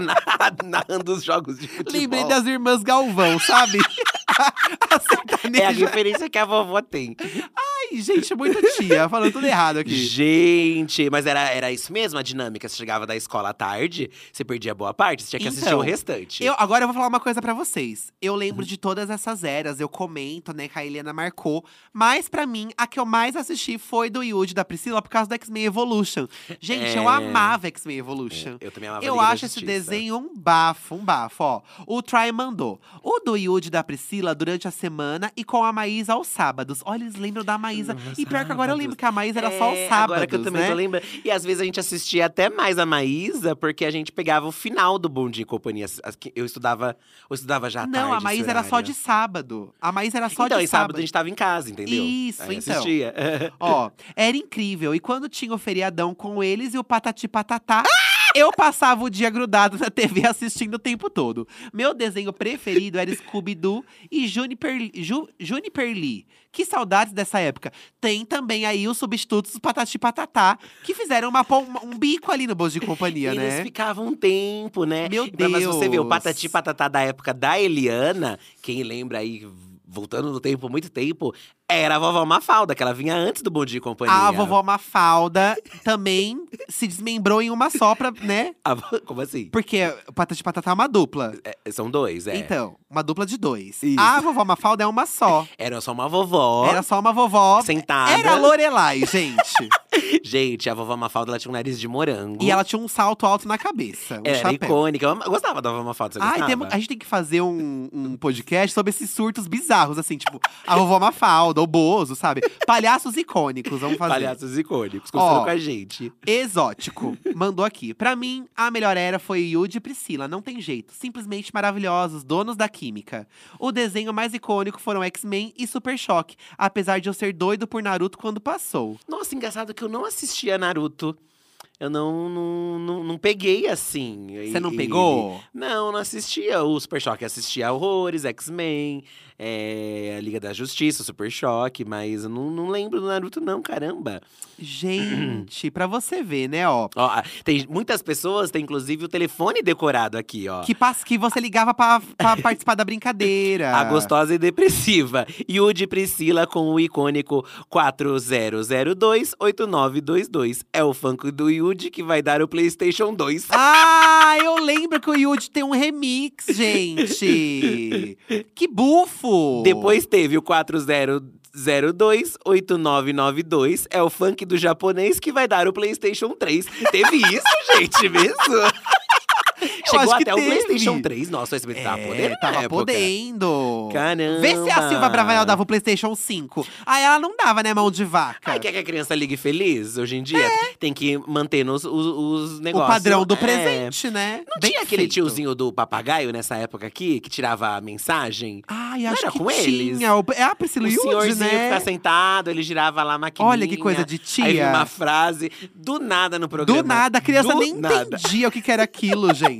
S2: narrando os jogos de futebol.
S1: Lembrei das irmãs Galvão, sabe? a
S2: É a
S1: sertaneja.
S2: referência que a vovó tem.
S1: Ai, gente, muito tia. Falando tudo errado aqui.
S2: Gente, mas era, era isso mesmo a dinâmica. Você chegava da escola à tarde, você perdia boa parte, você tinha que assistir
S1: Então,
S2: o restante.
S1: Eu, agora eu vou falar uma coisa pra vocês. Eu lembro de todas essas eras, eu comento, né, que a Helena marcou. Mas pra mim, a que eu mais assisti foi do Yuji da Priscila por causa do X-Men Evolution. Gente, eu
S2: É.
S1: amava X-Men Evolution.
S2: Eu também amava
S1: Eu
S2: Liga da
S1: acho esse
S2: Justiça.
S1: desenho um bafo, um bafo, ó. O Try mandou. O do Yude da Priscila durante a semana e com a Maísa aos sábados. Olha, eles lembram da Maísa.
S2: Nos
S1: E pior que agora eu
S2: sábados.
S1: lembro que a Maísa era só aos
S2: É,
S1: sábados,
S2: Agora que eu também
S1: né?
S2: tô lembrando. E às vezes a gente assistia até mais a Maísa, porque a gente pegava o final do Bom Dia e Companhia. As- as que- Eu estudava, eu estudava já à tarde.
S1: Não, a
S2: esse
S1: Maísa era só
S2: horário.
S1: de sábado. A Maísa era só
S2: é então,
S1: de
S2: e sábado
S1: sábado.
S2: a gente tava em casa, entendeu? É,
S1: Isso,
S2: Aí
S1: então.
S2: assistia.
S1: Ó, era incrível. E quando tinha o feriadão com eles e o patati patatá, eu passava o dia grudado na TV assistindo o tempo todo. Meu desenho preferido era Scooby-Doo e Juniper, Ju, Juniper Lee. Que saudades dessa época. Tem também aí os substitutos do patati patatá, que fizeram uma pom- um bico ali no bolso de companhia,
S2: Eles
S1: né?
S2: ficavam um tempo, né?
S1: Meu
S2: Pra- Mas você vê o
S1: Deus.
S2: Patati e Patatá da época da Eliana, quem lembra aí, voltando no tempo, muito tempo, era a vovó Mafalda, que ela vinha antes do Bom Dia e Companhia.
S1: Ah, A vovó Mafalda também se desmembrou em uma só, pra, né?
S2: A vo- Como assim?
S1: Porque o patati patatá é uma dupla.
S2: É, são dois, é.
S1: Então, uma dupla de dois.
S2: Isso.
S1: A vovó Mafalda é uma só.
S2: Era só uma vovó
S1: Era só uma vovó.
S2: sentada.
S1: Era a Lorelai, gente.
S2: Gente, a vovó Mafalda ela tinha um nariz de morango.
S1: e ela tinha um salto alto na cabeça. Um
S2: era
S1: chapéu.
S2: icônica. Eu am- gostava da vovó Mafalda, você
S1: Ai,
S2: gostava?
S1: temos- a gente tem é, que fazer um, um podcast sobre esses surtos bizarros, assim, tipo, a vovó Mafalda, o Bozo, sabe? Palhaços icônicos, vamos fazer.
S2: Palhaços icônicos, construindo
S1: Ó.
S2: com a gente.
S1: Exótico, mandou aqui. Pra mim, a melhor era foi Yude e Priscila, não tem jeito. Simplesmente maravilhosos, donos da química. O desenho mais icônico foram X-Men e Super Choque, apesar de eu ser doido por Naruto quando passou.
S2: Nossa, engraçado que eu não assistia Naruto. Eu não, não, não, não peguei assim.
S1: Você não
S2: E-
S1: pegou?
S2: Não, não assistia. O Super Choque assistia Horrores, X-Men, é, a Liga da Justiça, o Super Choque, mas eu não, não lembro do Naruto, não, caramba.
S1: Gente, pra você ver, né, ó.
S2: Ó, a- tem muitas pessoas, tem inclusive o telefone decorado aqui, ó.
S1: Que, pas, que você ligava pra, pra participar da brincadeira.
S2: A gostosa e depressiva. Yudi Priscila com o icônico 4002-8922. É o funk do Yudi que vai dar o PlayStation 2.
S1: Ah, eu lembro que o Yudi tem um remix, gente. que bufo!
S2: Depois teve o 4002-8992. É o funk do japonês que vai dar o PlayStation 3. Teve isso, gente, mesmo? Chegou
S1: acho que
S2: até o
S1: teve.
S2: PlayStation 3. Nossa, esse tava podendo.
S1: é,
S2: na
S1: tava
S2: época.
S1: podendo.
S2: Caramba.
S1: Vê se a Silva Bravanel dava o PlayStation 5. Aí ela não dava, né, mão de vaca.
S2: Ai, quer que a criança ligue feliz hoje em dia? Tem que manter nos, os, os
S1: É. o
S2: negócios.
S1: padrão do
S2: É.
S1: presente, né?
S2: Não
S1: Bem
S2: tinha aquele
S1: feito.
S2: tiozinho do papagaio nessa época aqui, que tirava a mensagem?
S1: Ai,
S2: Não
S1: acho
S2: era
S1: que
S2: com eles?
S1: tinha. O- É a Priscila
S2: o
S1: Yudi,
S2: senhorzinho
S1: né?
S2: que ficava sentado, ele girava lá a maquininha.
S1: Olha que coisa de tia.
S2: Aí vinha uma frase, do nada no programa.
S1: Do nada, a criança
S2: Do
S1: nem
S2: nada.
S1: entendia o que, que era aquilo, gente.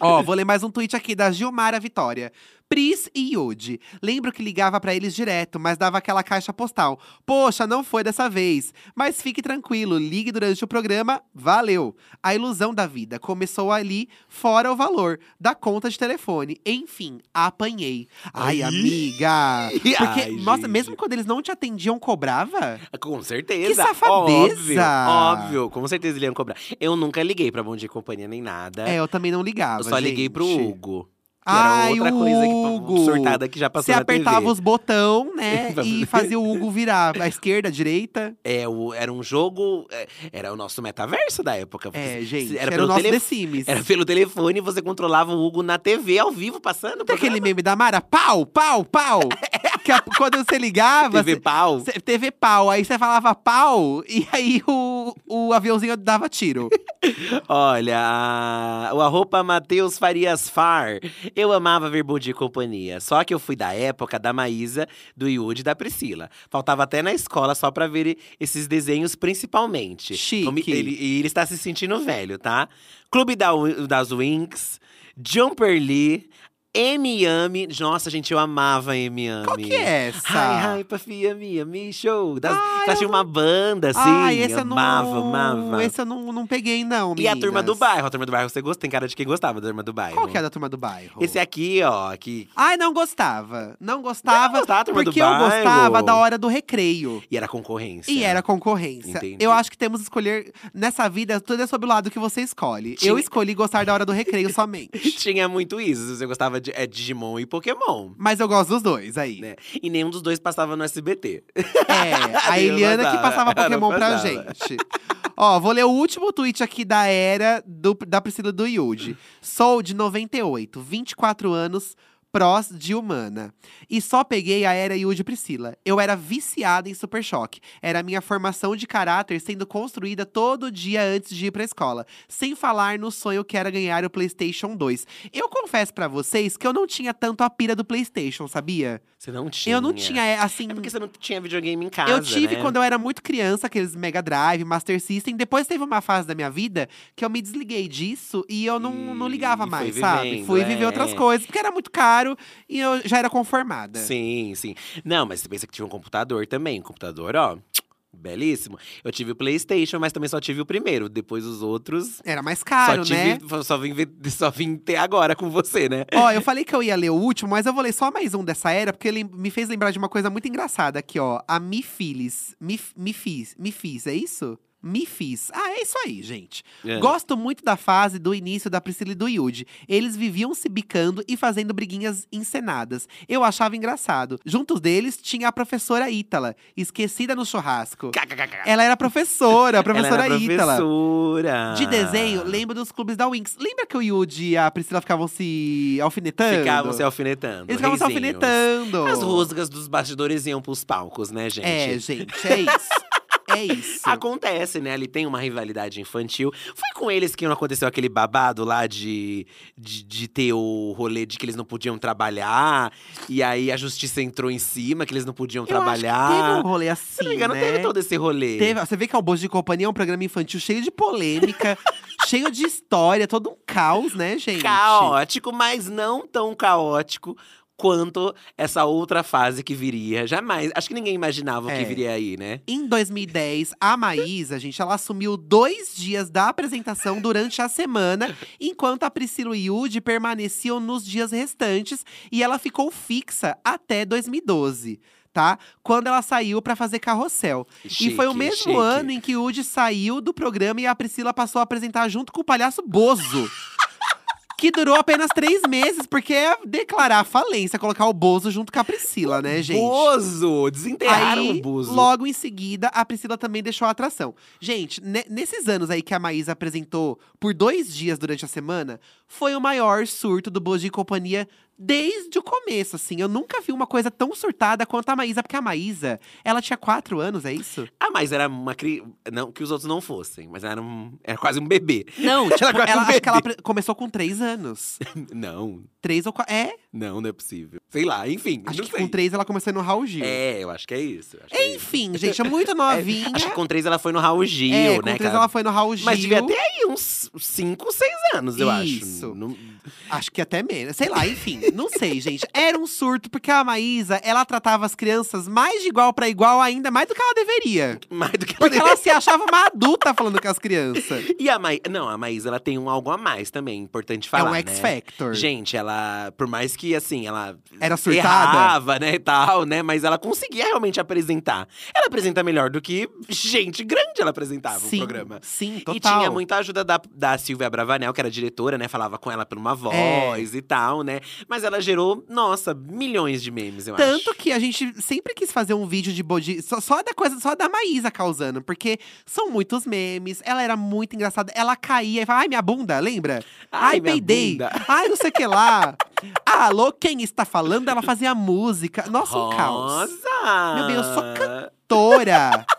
S1: Ó, vou ler mais um tweet aqui da Gilmara Vitória. Pris e Yudi. Lembro que ligava pra eles direto, mas dava aquela caixa postal. Poxa, não foi dessa vez. Mas fique tranquilo, ligue durante o programa, valeu. A ilusão da vida começou ali, fora o valor da conta de telefone. Enfim, apanhei. Ai,
S2: Ai.
S1: amiga. Porque,
S2: Ai,
S1: nossa,
S2: gente.
S1: mesmo quando eles não te atendiam, cobrava?
S2: Com certeza.
S1: Que safadeza!
S2: Óbvio, óbvio. Com certeza ele ia cobrar. Eu nunca liguei pra Bom Dia e Companhia nem nada.
S1: É, eu também não ligava.
S2: eu só liguei pro
S1: gente.
S2: Hugo. Que
S1: Ai,
S2: era outra
S1: o
S2: coisa
S1: Hugo.
S2: que, surtada que já
S1: Você
S2: passou na
S1: apertava
S2: TV.
S1: os botão, né? e
S2: Vamos-
S1: fazia o Hugo virar à esquerda, à direita.
S2: É, o- era um jogo… é, Era o nosso metaverso da época. porque
S1: É,
S2: se-
S1: gente. Era,
S2: Era,
S1: o
S2: pelo
S1: nosso
S2: telefone.
S1: The Sims.
S2: Era pelo telefone e você controlava o Hugo na TV, ao vivo, passando. o
S1: Tem aquele
S2: programa.
S1: meme da Mara? Pau, pau, pau! que a- quando você ligava…
S2: TV pau.
S1: cê- TV pau, aí você falava pau, e aí o, o aviãozinho dava tiro.
S2: Olha, a- o arroba Matheus Farias Far. Eu amava ver Bom Dia e Companhia. Só que eu fui da época da Maísa, do Yudi e da Priscila. Faltava até na escola só pra ver esses desenhos, principalmente. Então, me-
S1: Chique.
S2: ele- E ele está se sentindo velho, tá? Clube da Wi- das Winx, Jumper Lee, Miami. Nossa, gente, eu amava Miami.
S1: Qual que é essa?
S2: Hi, hi, Puffy, Ami, Ami, show. Das,
S1: Ai,
S2: elas
S1: eu
S2: tinham uma banda, assim.
S1: Ai, esse eu não…
S2: amava, amava.
S1: Esse eu não, não peguei, não,
S2: E a turma do
S1: meninas.
S2: bairro. A turma do bairro você gosta? Tem cara de quem gostava da turma do bairro.
S1: Qual que é a da turma do bairro?
S2: Esse aqui, ó, que.
S1: Ai, não gostava. Não gostava,
S2: Não gostava da turma do
S1: porque eu
S2: bairro.
S1: gostava da hora do recreio.
S2: E era concorrência.
S1: E era concorrência.
S2: Entendi.
S1: Eu acho que temos que escolher… Nessa vida, tudo é sobre o lado que você escolhe. Eu
S2: Tinha-
S1: escolhi gostar da hora do recreio somente.
S2: Tinha muito isso. Você gostava de é, Digimon e Pokémon.
S1: Mas eu gosto dos dois, é aí.
S2: Né? E nenhum dos dois passava no SBT.
S1: É, a
S2: Nenhum
S1: Eliana que
S2: passava,
S1: passava
S2: ela
S1: Pokémon pra
S2: passava.
S1: gente. Ó, vou ler o último tweet aqui da era do- da Priscila do Yudi. Sou de 98, 24 anos, prós de humana. E só peguei a era Yudi Priscila. Eu era viciada em Super Choque. Era a minha formação de caráter sendo construída todo dia antes de ir pra escola. Sem falar no sonho que era ganhar o PlayStation 2. Eu confesso pra vocês que eu não tinha tanto a pira do PlayStation, sabia?
S2: Você não tinha.
S1: Eu não tinha, é, assim.
S2: É porque você não tinha videogame em casa.
S1: Eu tive
S2: né?
S1: quando eu era muito criança, aqueles Mega Drive, Master System. Depois teve uma fase da minha vida que eu me desliguei disso e eu não, não
S2: E-
S1: ligava
S2: Hum, e foi
S1: mais, sabe?
S2: vivendo,
S1: Fui viver
S2: é.
S1: outras coisas, porque era muito caro e eu já era conformada.
S2: Sim, sim. Não, mas você pensa que tinha um computador também. Computador, ó. Belíssimo. Eu tive o PlayStation, mas também só tive o primeiro. Depois os outros.
S1: Era mais caro,
S2: só tive.
S1: né?
S2: Só vim, ver- só vim ter agora com você, né?
S1: Ó, eu falei que eu ia ler o último, mas eu vou ler só mais um dessa era, porque ele me fez lembrar de uma coisa muito engraçada aqui, ó. A Mifilis. Mif, Mifis. Mifis, é isso? Mifis. Ah, é isso aí, gente.
S2: É.
S1: Gosto muito da fase do início da Priscila e do Yudi. Eles viviam se bicando e fazendo briguinhas encenadas. Eu achava engraçado. Juntos deles tinha a professora Ítala, esquecida no churrasco.
S2: Kkkk.
S1: Ela era professora, a professora
S2: Ela era
S1: Ítala.
S2: professora.
S1: De desenho, lembro dos clubes da Winx. Lembra que o Yudi e a Priscila ficavam se alfinetando?
S2: Ficavam se alfinetando.
S1: Eles ficavam se
S2: reizinhos.
S1: alfinetando.
S2: As rusgas dos bastidores iam pros palcos, né, gente?
S1: É, gente, é isso. é isso.
S2: Acontece, né? Ali tem uma rivalidade infantil. Foi com eles que não aconteceu aquele babado lá de, de, de ter o rolê de que eles não podiam trabalhar. E aí a justiça entrou em cima, que eles não podiam
S1: Eu acho que
S2: trabalhar.
S1: teve um rolê assim,
S2: Se não me engano,
S1: né?
S2: teve todo esse rolê.
S1: Teve- você vê que o Bojo de Companhia é um programa infantil cheio de polêmica, cheio de história, todo um caos, né, gente?
S2: Caótico, mas não tão caótico quanto essa outra fase que viria. Jamais. Acho que ninguém imaginava o
S1: É.
S2: que viria aí, né?
S1: Em 2010, a Maísa, gente, ela assumiu dois dias da apresentação durante a semana, enquanto a Priscila e Yudi permaneciam nos dias restantes e ela ficou fixa até 2012, tá? Quando ela saiu pra fazer carrossel. e foi o
S2: Chique,
S1: mesmo
S2: chique.
S1: ano em que o Woody saiu do programa e a Priscila passou a apresentar junto com o palhaço Bozo. que durou apenas três meses, porque é declarar falência, colocar o Bozo junto com a Priscila, né, gente?
S2: Bozo! Desenterraram
S1: Aí,
S2: o Bozo.
S1: logo em seguida, a Priscila também deixou a atração. Gente, ne- nesses anos aí que a Maísa apresentou por dois dias durante a semana, foi o maior surto do Bojo e Companhia desde o começo, assim. Eu nunca vi uma coisa tão surtada quanto a Maísa, porque a Maísa, ela tinha quatro anos, é isso?
S2: Ah, mas era uma criança. Não que os outros não fossem, mas era, um... era quase um bebê.
S1: Não, tipo,
S2: Ela
S1: ela,
S2: quase um
S1: acho que ela
S2: bebê.
S1: apre- começou com três anos.
S2: Não,
S1: Três ou quatro. É,
S2: não, não é possível. Sei lá, enfim.
S1: acho
S2: não
S1: que
S2: sei.
S1: com três ela começou no Raul Gil.
S2: É, eu acho que é isso. acho que é isso.
S1: Enfim, gente, é muito
S2: É,
S1: novinha.
S2: Acho que com três ela foi no Raul Gil,
S1: é,
S2: né?
S1: com três
S2: cara?
S1: ela foi no Raul Gil.
S2: Mas devia ter aí uns 5, 6 anos, eu acho.
S1: Isso.
S2: Não-
S1: Acho que até menos. Sei lá, enfim. não sei, gente. Era um surto, porque a Maísa, ela tratava as crianças mais de igual pra igual ainda, mais do que ela deveria.
S2: Mais do que
S1: Porque ela se achava uma adulta falando com as crianças.
S2: E a Maísa. Não, a Maísa ela tem um algo a mais também, importante
S1: É
S2: falar.
S1: um
S2: né?
S1: X-Factor.
S2: Gente, ela, por mais que assim, ela
S1: Era surtada?
S2: errava, né, e tal, né, mas ela conseguia realmente apresentar. Ela apresenta melhor do que gente grande ela apresentava
S1: sim,
S2: o programa.
S1: Sim, total.
S2: E tinha muita ajuda da, da Silvia Bravanel, que era diretora, né? Falava com ela por
S1: É.
S2: uma voz e tal, né? Mas ela gerou, nossa, milhões de memes, eu acho.
S1: Tanto que a gente sempre quis fazer um vídeo de body. Só, só da coisa, só da Maísa causando. Porque são muitos memes, ela era muito engraçada. Ela caía e falava, ai, minha bunda, lembra? Ai,
S2: minha
S1: peidei.
S2: bunda.
S1: Ai, não sei o que lá. Ah, Alô, quem está falando? Ela fazia música. Nossa, um caos.
S2: Rosa!
S1: Meu bem, eu sou Tora!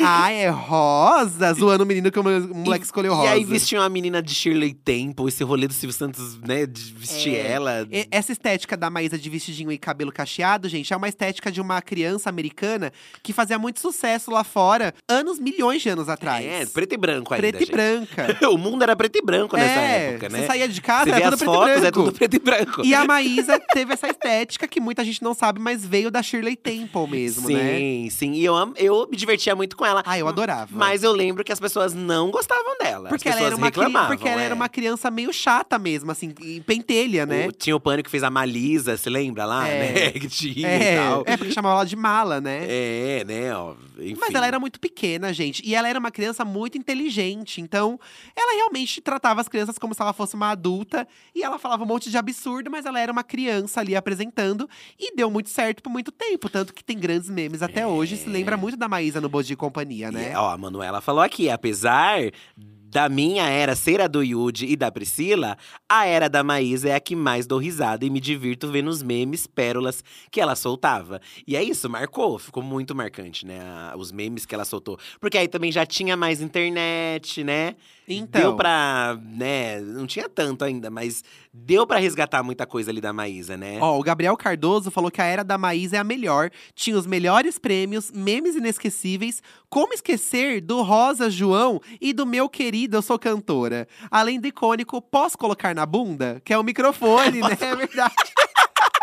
S1: Ai, é rosa, zoando o menino que o mole- o moleque escolheu rosa.
S2: E aí vestiam a menina de Shirley Temple, esse rolê do Silvio Santos, né, de vestir
S1: É.
S2: ela.
S1: E- Essa estética da Maísa de vestidinho e cabelo cacheado, gente, é uma estética de uma criança americana que fazia muito sucesso lá fora, anos, milhões de anos atrás.
S2: É, preto e branco ainda,
S1: Preto e branca.
S2: branco. o mundo era preto e branco nessa
S1: é,
S2: época,
S1: Você
S2: né?
S1: saía de casa,
S2: Você vê
S1: era tudo
S2: as
S1: preto
S2: fotos,
S1: e branco.
S2: é tudo preto e branco.
S1: E a Maísa teve essa estética que muita gente não sabe, mas veio da Shirley Temple mesmo, né?
S2: sim, sim. E eu, am- eu me divertia muito com ela.
S1: Ah, eu adorava.
S2: Mas eu lembro que as pessoas não gostavam dela.
S1: porque
S2: as
S1: ela,
S2: pessoas
S1: era uma, cri-
S2: reclamavam.
S1: porque ela
S2: é.
S1: era uma criança meio chata mesmo, assim, e pentelha, né?
S2: O- tinha o pânico que fez a Malisa, se lembra lá,
S1: É.
S2: né? Que tinha e
S1: é,
S2: tal.
S1: é, porque chamava ela de mala, né?
S2: É, né? Ó, enfim.
S1: Mas ela era muito pequena, gente. E ela era uma criança muito inteligente. Então, ela realmente tratava as crianças como se ela fosse uma adulta. E ela falava um monte de absurdo, mas ela era uma criança ali apresentando. E deu muito certo por muito tempo. Tanto que tem grandes memes até hoje. Se lembra muito da Maísa no Bode de Companhia,
S2: E,
S1: né?
S2: ó, a Manuela falou aqui, apesar da minha era ser a do Yudi e da Priscila, a era da Maísa é a que mais dou risada e me divirto vendo os memes, pérolas que ela soltava. E é isso, marcou, ficou muito marcante, né? a- os memes que ela soltou. Porque aí também já tinha mais internet, né?
S1: Então.
S2: Deu pra, né, não tinha tanto ainda, mas deu pra resgatar muita coisa ali da Maísa, né?
S1: É. Ó, o Gabriel Cardoso falou que a era da Maísa é a melhor. Tinha os melhores prêmios, memes inesquecíveis. Como esquecer do Rosa João e do meu querido Eu Sou Cantora. Além do icônico Posso Colocar na Bunda? Que é o microfone, né? É verdade.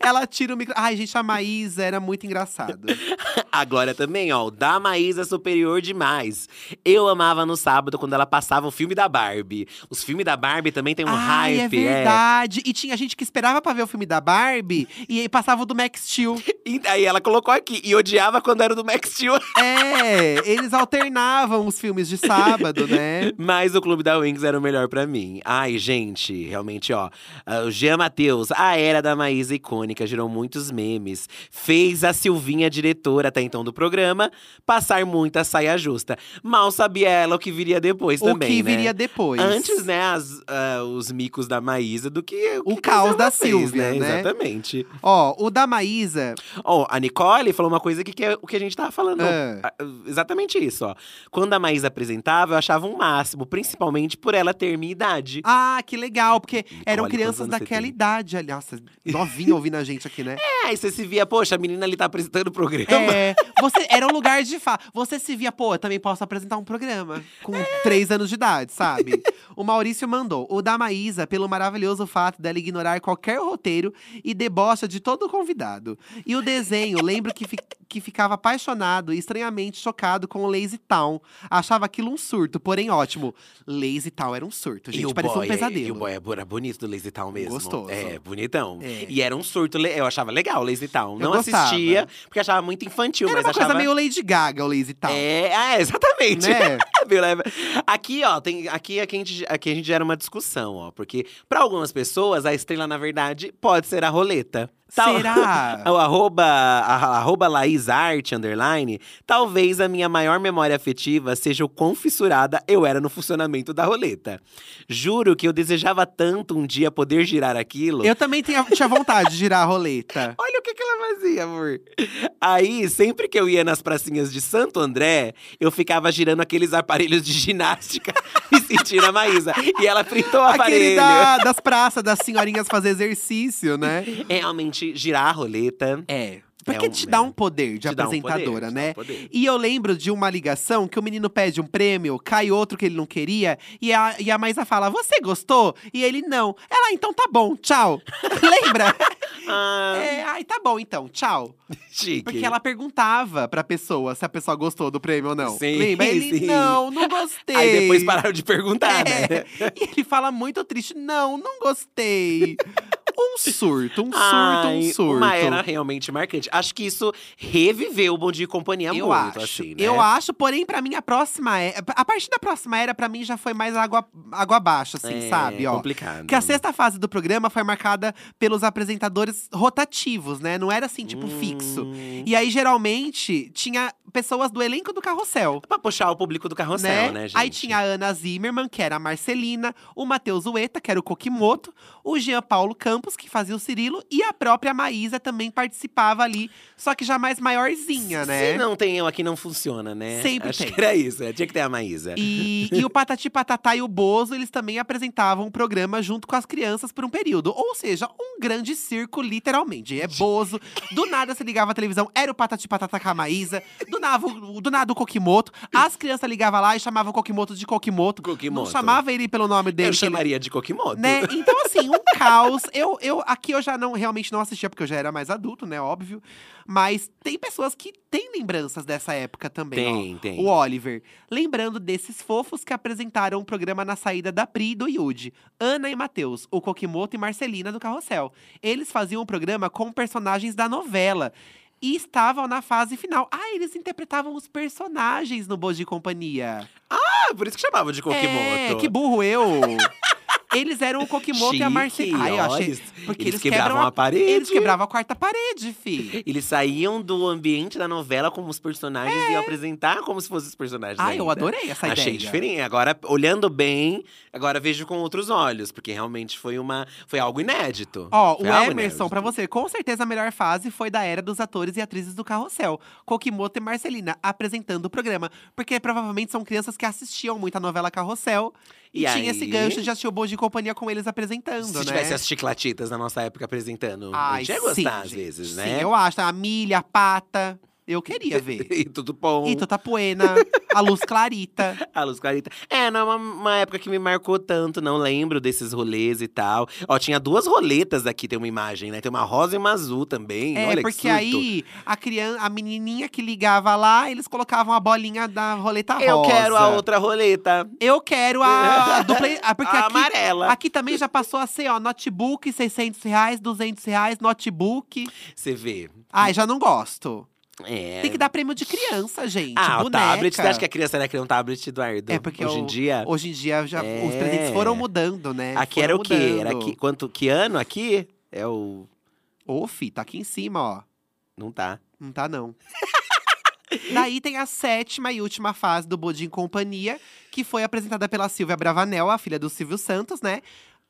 S1: Ela tira o microfone. Ai, gente, a Maísa era muito engraçada.
S2: A Glória também, ó. O da Maísa é superior demais. Eu amava no sábado quando ela passava o filme da Barbie. Os filmes da Barbie também tem um
S1: Ai, é
S2: hype,
S1: verdade. E tinha gente que esperava pra ver o filme da Barbie e aí passava o do Max Steel.
S2: E aí ela colocou aqui. E odiava quando era do Max Steel.
S1: É, eles alternavam os filmes de sábado, né?
S2: Mas o Clube da Wings era o melhor pra mim. Ai, gente, realmente, ó. ah, O Jean Matheus, a era da Maísa icônica, gerou muitos memes. Fez a Silvinha, diretora até então do programa, passar muita saia justa. Mal sabia ela o que viria depois
S1: o
S2: também,
S1: que
S2: né?
S1: viria depois.
S2: Antes, né, as, ah, os micos da Maísa do que
S1: O
S2: que
S1: caos
S2: ela
S1: da
S2: fez,
S1: Silvia, né?
S2: Exatamente.
S1: Ó, o da Maísa.
S2: Ó, a Nicole falou uma coisa aqui que é o que a gente tava falando.
S1: ah,
S2: Ah, Exatamente isso, ó. Quando a Maísa apresentava, eu achava um máximo, principalmente por ela ter minha idade.
S1: Ah, que legal, porque eram
S2: quantos
S1: crianças
S2: anos você
S1: daquela
S2: tem?
S1: idade. ali. Nossa, novinha ouvindo a gente aqui, né?
S2: É, aí você se via, poxa, a menina ali tá apresentando o programa.
S1: É, você era um lugar de fa. Você se via, pô, eu também posso apresentar um programa com
S2: É.
S1: três anos de idade, sabe? O Maurício mandou o da Maísa pelo maravilhoso fato dela ignorar qualquer roteiro e debocha de todo convidado. E o desenho, lembro que, fi- que ficava apaixonado e estranhamente chocado com o Lazy Town. Achava aquilo um surto, porém ótimo. Lazy Town era um surto, gente. parecia um
S2: boy, é-
S1: pesadelo.
S2: E o boy é- era bonito do Lazy Town mesmo.
S1: Gostoso.
S2: É, bonitão.
S1: É.
S2: E era um surto, le- eu achava legal o Lazy Town.
S1: Eu
S2: Não
S1: gostava.
S2: assistia, porque achava muito infantil,
S1: era
S2: mas
S1: uma
S2: achava…
S1: coisa meio Lady Gaga, o Lazy Town.
S2: É, ah, é, exatamente.
S1: Né?
S2: Bem leve. Aqui, ó, tem, aqui, aqui, a gente, aqui a gente gera uma discussão, ó. Porque pra algumas pessoas, a estrela, na verdade, pode ser a roleta. Tal-
S1: Será?
S2: O arroba, a- arroba Laís Arte, underline, talvez a minha maior memória afetiva seja o quão fissurada eu era no funcionamento da roleta. Juro que eu desejava tanto um dia poder girar aquilo.
S1: Eu também tinha, tinha vontade de girar a roleta.
S2: Olha o que, que ela fazia, amor. Aí, sempre que eu ia nas pracinhas de Santo André, eu ficava girando aqueles aparelhos de ginástica e sentindo a Maísa. E ela fritou o
S1: Aquele
S2: aparelho.
S1: da-
S2: É,
S1: das praças, das senhorinhas fazer exercício, né?
S2: Realmente, girar a roleta
S1: É. Porque
S2: um-
S1: te
S2: é.
S1: dá um poder de
S2: Te dá um poder,
S1: apresentadora,
S2: te dá
S1: né?
S2: um poder.
S1: E eu lembro de uma ligação que o menino pede um prêmio, cai outro que ele não queria, e a, e a Maísa fala: Você gostou? E ele não. Ela, então tá bom, tchau. Lembra?
S2: Ah,
S1: É, ai, tá bom então, tchau.
S2: chique.
S1: Porque ela perguntava pra pessoa se a pessoa gostou do prêmio ou não.
S2: Sim,
S1: Lembra? Ele,
S2: sim.
S1: não, não gostei.
S2: Aí depois pararam de perguntar,
S1: É.
S2: né?
S1: E ele fala muito triste: Não, não gostei. Um surto, um surto,
S2: Ai,
S1: um surto.
S2: Uma era realmente marcante. Acho que isso reviveu o Bom Dia e Companhia
S1: eu
S2: muito,
S1: acho.
S2: assim, né?
S1: Eu acho, porém, pra mim, a próxima era. A partir da próxima era, pra mim, já foi mais água, água abaixo, assim,
S2: É
S1: sabe? Ó. é
S2: complicado.
S1: Porque a sexta fase do programa foi marcada pelos apresentadores rotativos, né? Não era assim, tipo, fixo.
S2: Hum.
S1: E aí, geralmente, tinha pessoas do elenco do carrossel.
S2: Pra puxar o público do carrossel, né, gente?
S1: Aí tinha a Ana Zimmerman, que era a Marcelina, o Matheus Ueta, que era o Kokimoto, o Jean Paulo Campos, que fazia o Cirilo, e a própria Maísa também participava ali, só que já mais maiorzinha, né?
S2: Se não tem eu aqui, não funciona, né?
S1: Sempre
S2: Acho
S1: tem.
S2: que era isso. é, Tinha que ter a Maísa.
S1: E, e o Patati Patatá e o Bozo, eles também apresentavam o programa junto com as crianças por um período. Ou seja, um grande circo, literalmente. É Bozo, do nada se ligava a televisão, era o Patati Patatá com a Maísa, do, nada o- do nada o Kokimoto. As crianças ligavam lá e chamavam o Kokimoto de Kokimoto.
S2: Kokimoto.
S1: Não chamava ele pelo nome dele.
S2: Eu
S1: que ele-
S2: chamaria de Kokimoto.
S1: né? Então, assim, um caos. Eu, eu, aqui eu já não realmente não assistia, porque eu já era mais adulto, né? Óbvio. Mas tem pessoas que têm lembranças dessa época também. ó.
S2: Tem, tem.
S1: O Oliver. Lembrando desses fofos que apresentaram o programa na saída da Pri e do Yudi. Ana e Matheus, o Kokimoto e Marcelina do Carrossel. Eles faziam o programa com personagens da novela. E estavam na fase final. Ah, eles interpretavam os personagens no Bojo de Companhia.
S2: Ah, por isso que chamava de Kokimoto.
S1: É, que burro eu! eles eram o Kokimoto e a Marcelina. Ai, eu
S2: ó,
S1: achei...
S2: eles,
S1: Porque
S2: eles
S1: eles
S2: quebravam
S1: quebram a-
S2: a parede.
S1: Eles quebravam a quarta parede, fi.
S2: Eles saíam do ambiente da novela como os personagens e iam apresentar como se fossem os personagens.
S1: É. Ai, eu
S2: ainda.
S1: adorei essa ideia.
S2: Achei diferente. Agora, olhando bem, agora vejo com outros olhos, porque realmente foi uma foi algo inédito.
S1: Ó,
S2: Foi
S1: o
S2: algo
S1: Emerson,
S2: inédito.
S1: pra você, com certeza a melhor fase foi da era dos atores e atrizes do Carrossel. Kokimoto e Marcelina apresentando o programa. Porque provavelmente são crianças que assistiam muito a novela Carrossel. E,
S2: E
S1: tinha
S2: aí?
S1: esse gancho de assistir o Bojo de Companhia com eles apresentando,
S2: Se
S1: né?
S2: tivesse as chiclatitas na nossa época apresentando, a
S1: Ai,
S2: gente ia
S1: sim,
S2: gostar às
S1: gente.
S2: vezes,
S1: Sim,
S2: né?
S1: eu acho. A milha, a pata. Eu queria ver.
S2: E tudo bom.
S1: Ito Tapuena, a Luz Clarita.
S2: A Luz Clarita. É, não é uma, uma época que me marcou tanto, não lembro desses rolês e tal. Ó, tinha duas roletas aqui, tem uma imagem, né? Tem uma rosa e uma azul também.
S1: É,
S2: Olha que
S1: porque
S2: surto.
S1: aí a criança, a menininha que ligava lá, eles colocavam a bolinha da roleta
S2: Eu
S1: rosa.
S2: quero a outra roleta.
S1: Eu quero a dupla. ah, Porque
S2: a
S1: aqui,
S2: amarela.
S1: aqui também já passou a ser, ó, notebook, 600 reais, 200 reais, notebook.
S2: Você vê.
S1: Ai, já não gosto.
S2: É.
S1: Tem que dar prêmio de criança, gente.
S2: ah, o
S1: boneca.
S2: tablet. Você acha que a criança era criar um tablet, Eduardo?
S1: É, porque
S2: Hoje em
S1: o-
S2: dia.
S1: Hoje em dia já,
S2: É.
S1: os presentes foram mudando, né?
S2: aqui
S1: Foram
S2: era o quê?
S1: mudando.
S2: Era aqui, quanto, que ano aqui? É o.
S1: Ô, fi, tá aqui em cima, ó.
S2: Não tá.
S1: Não tá, não. Daí tem a sétima e última fase do Bodin Companhia, que foi apresentada pela Silvia Bravanel, a filha do Silvio Santos, né?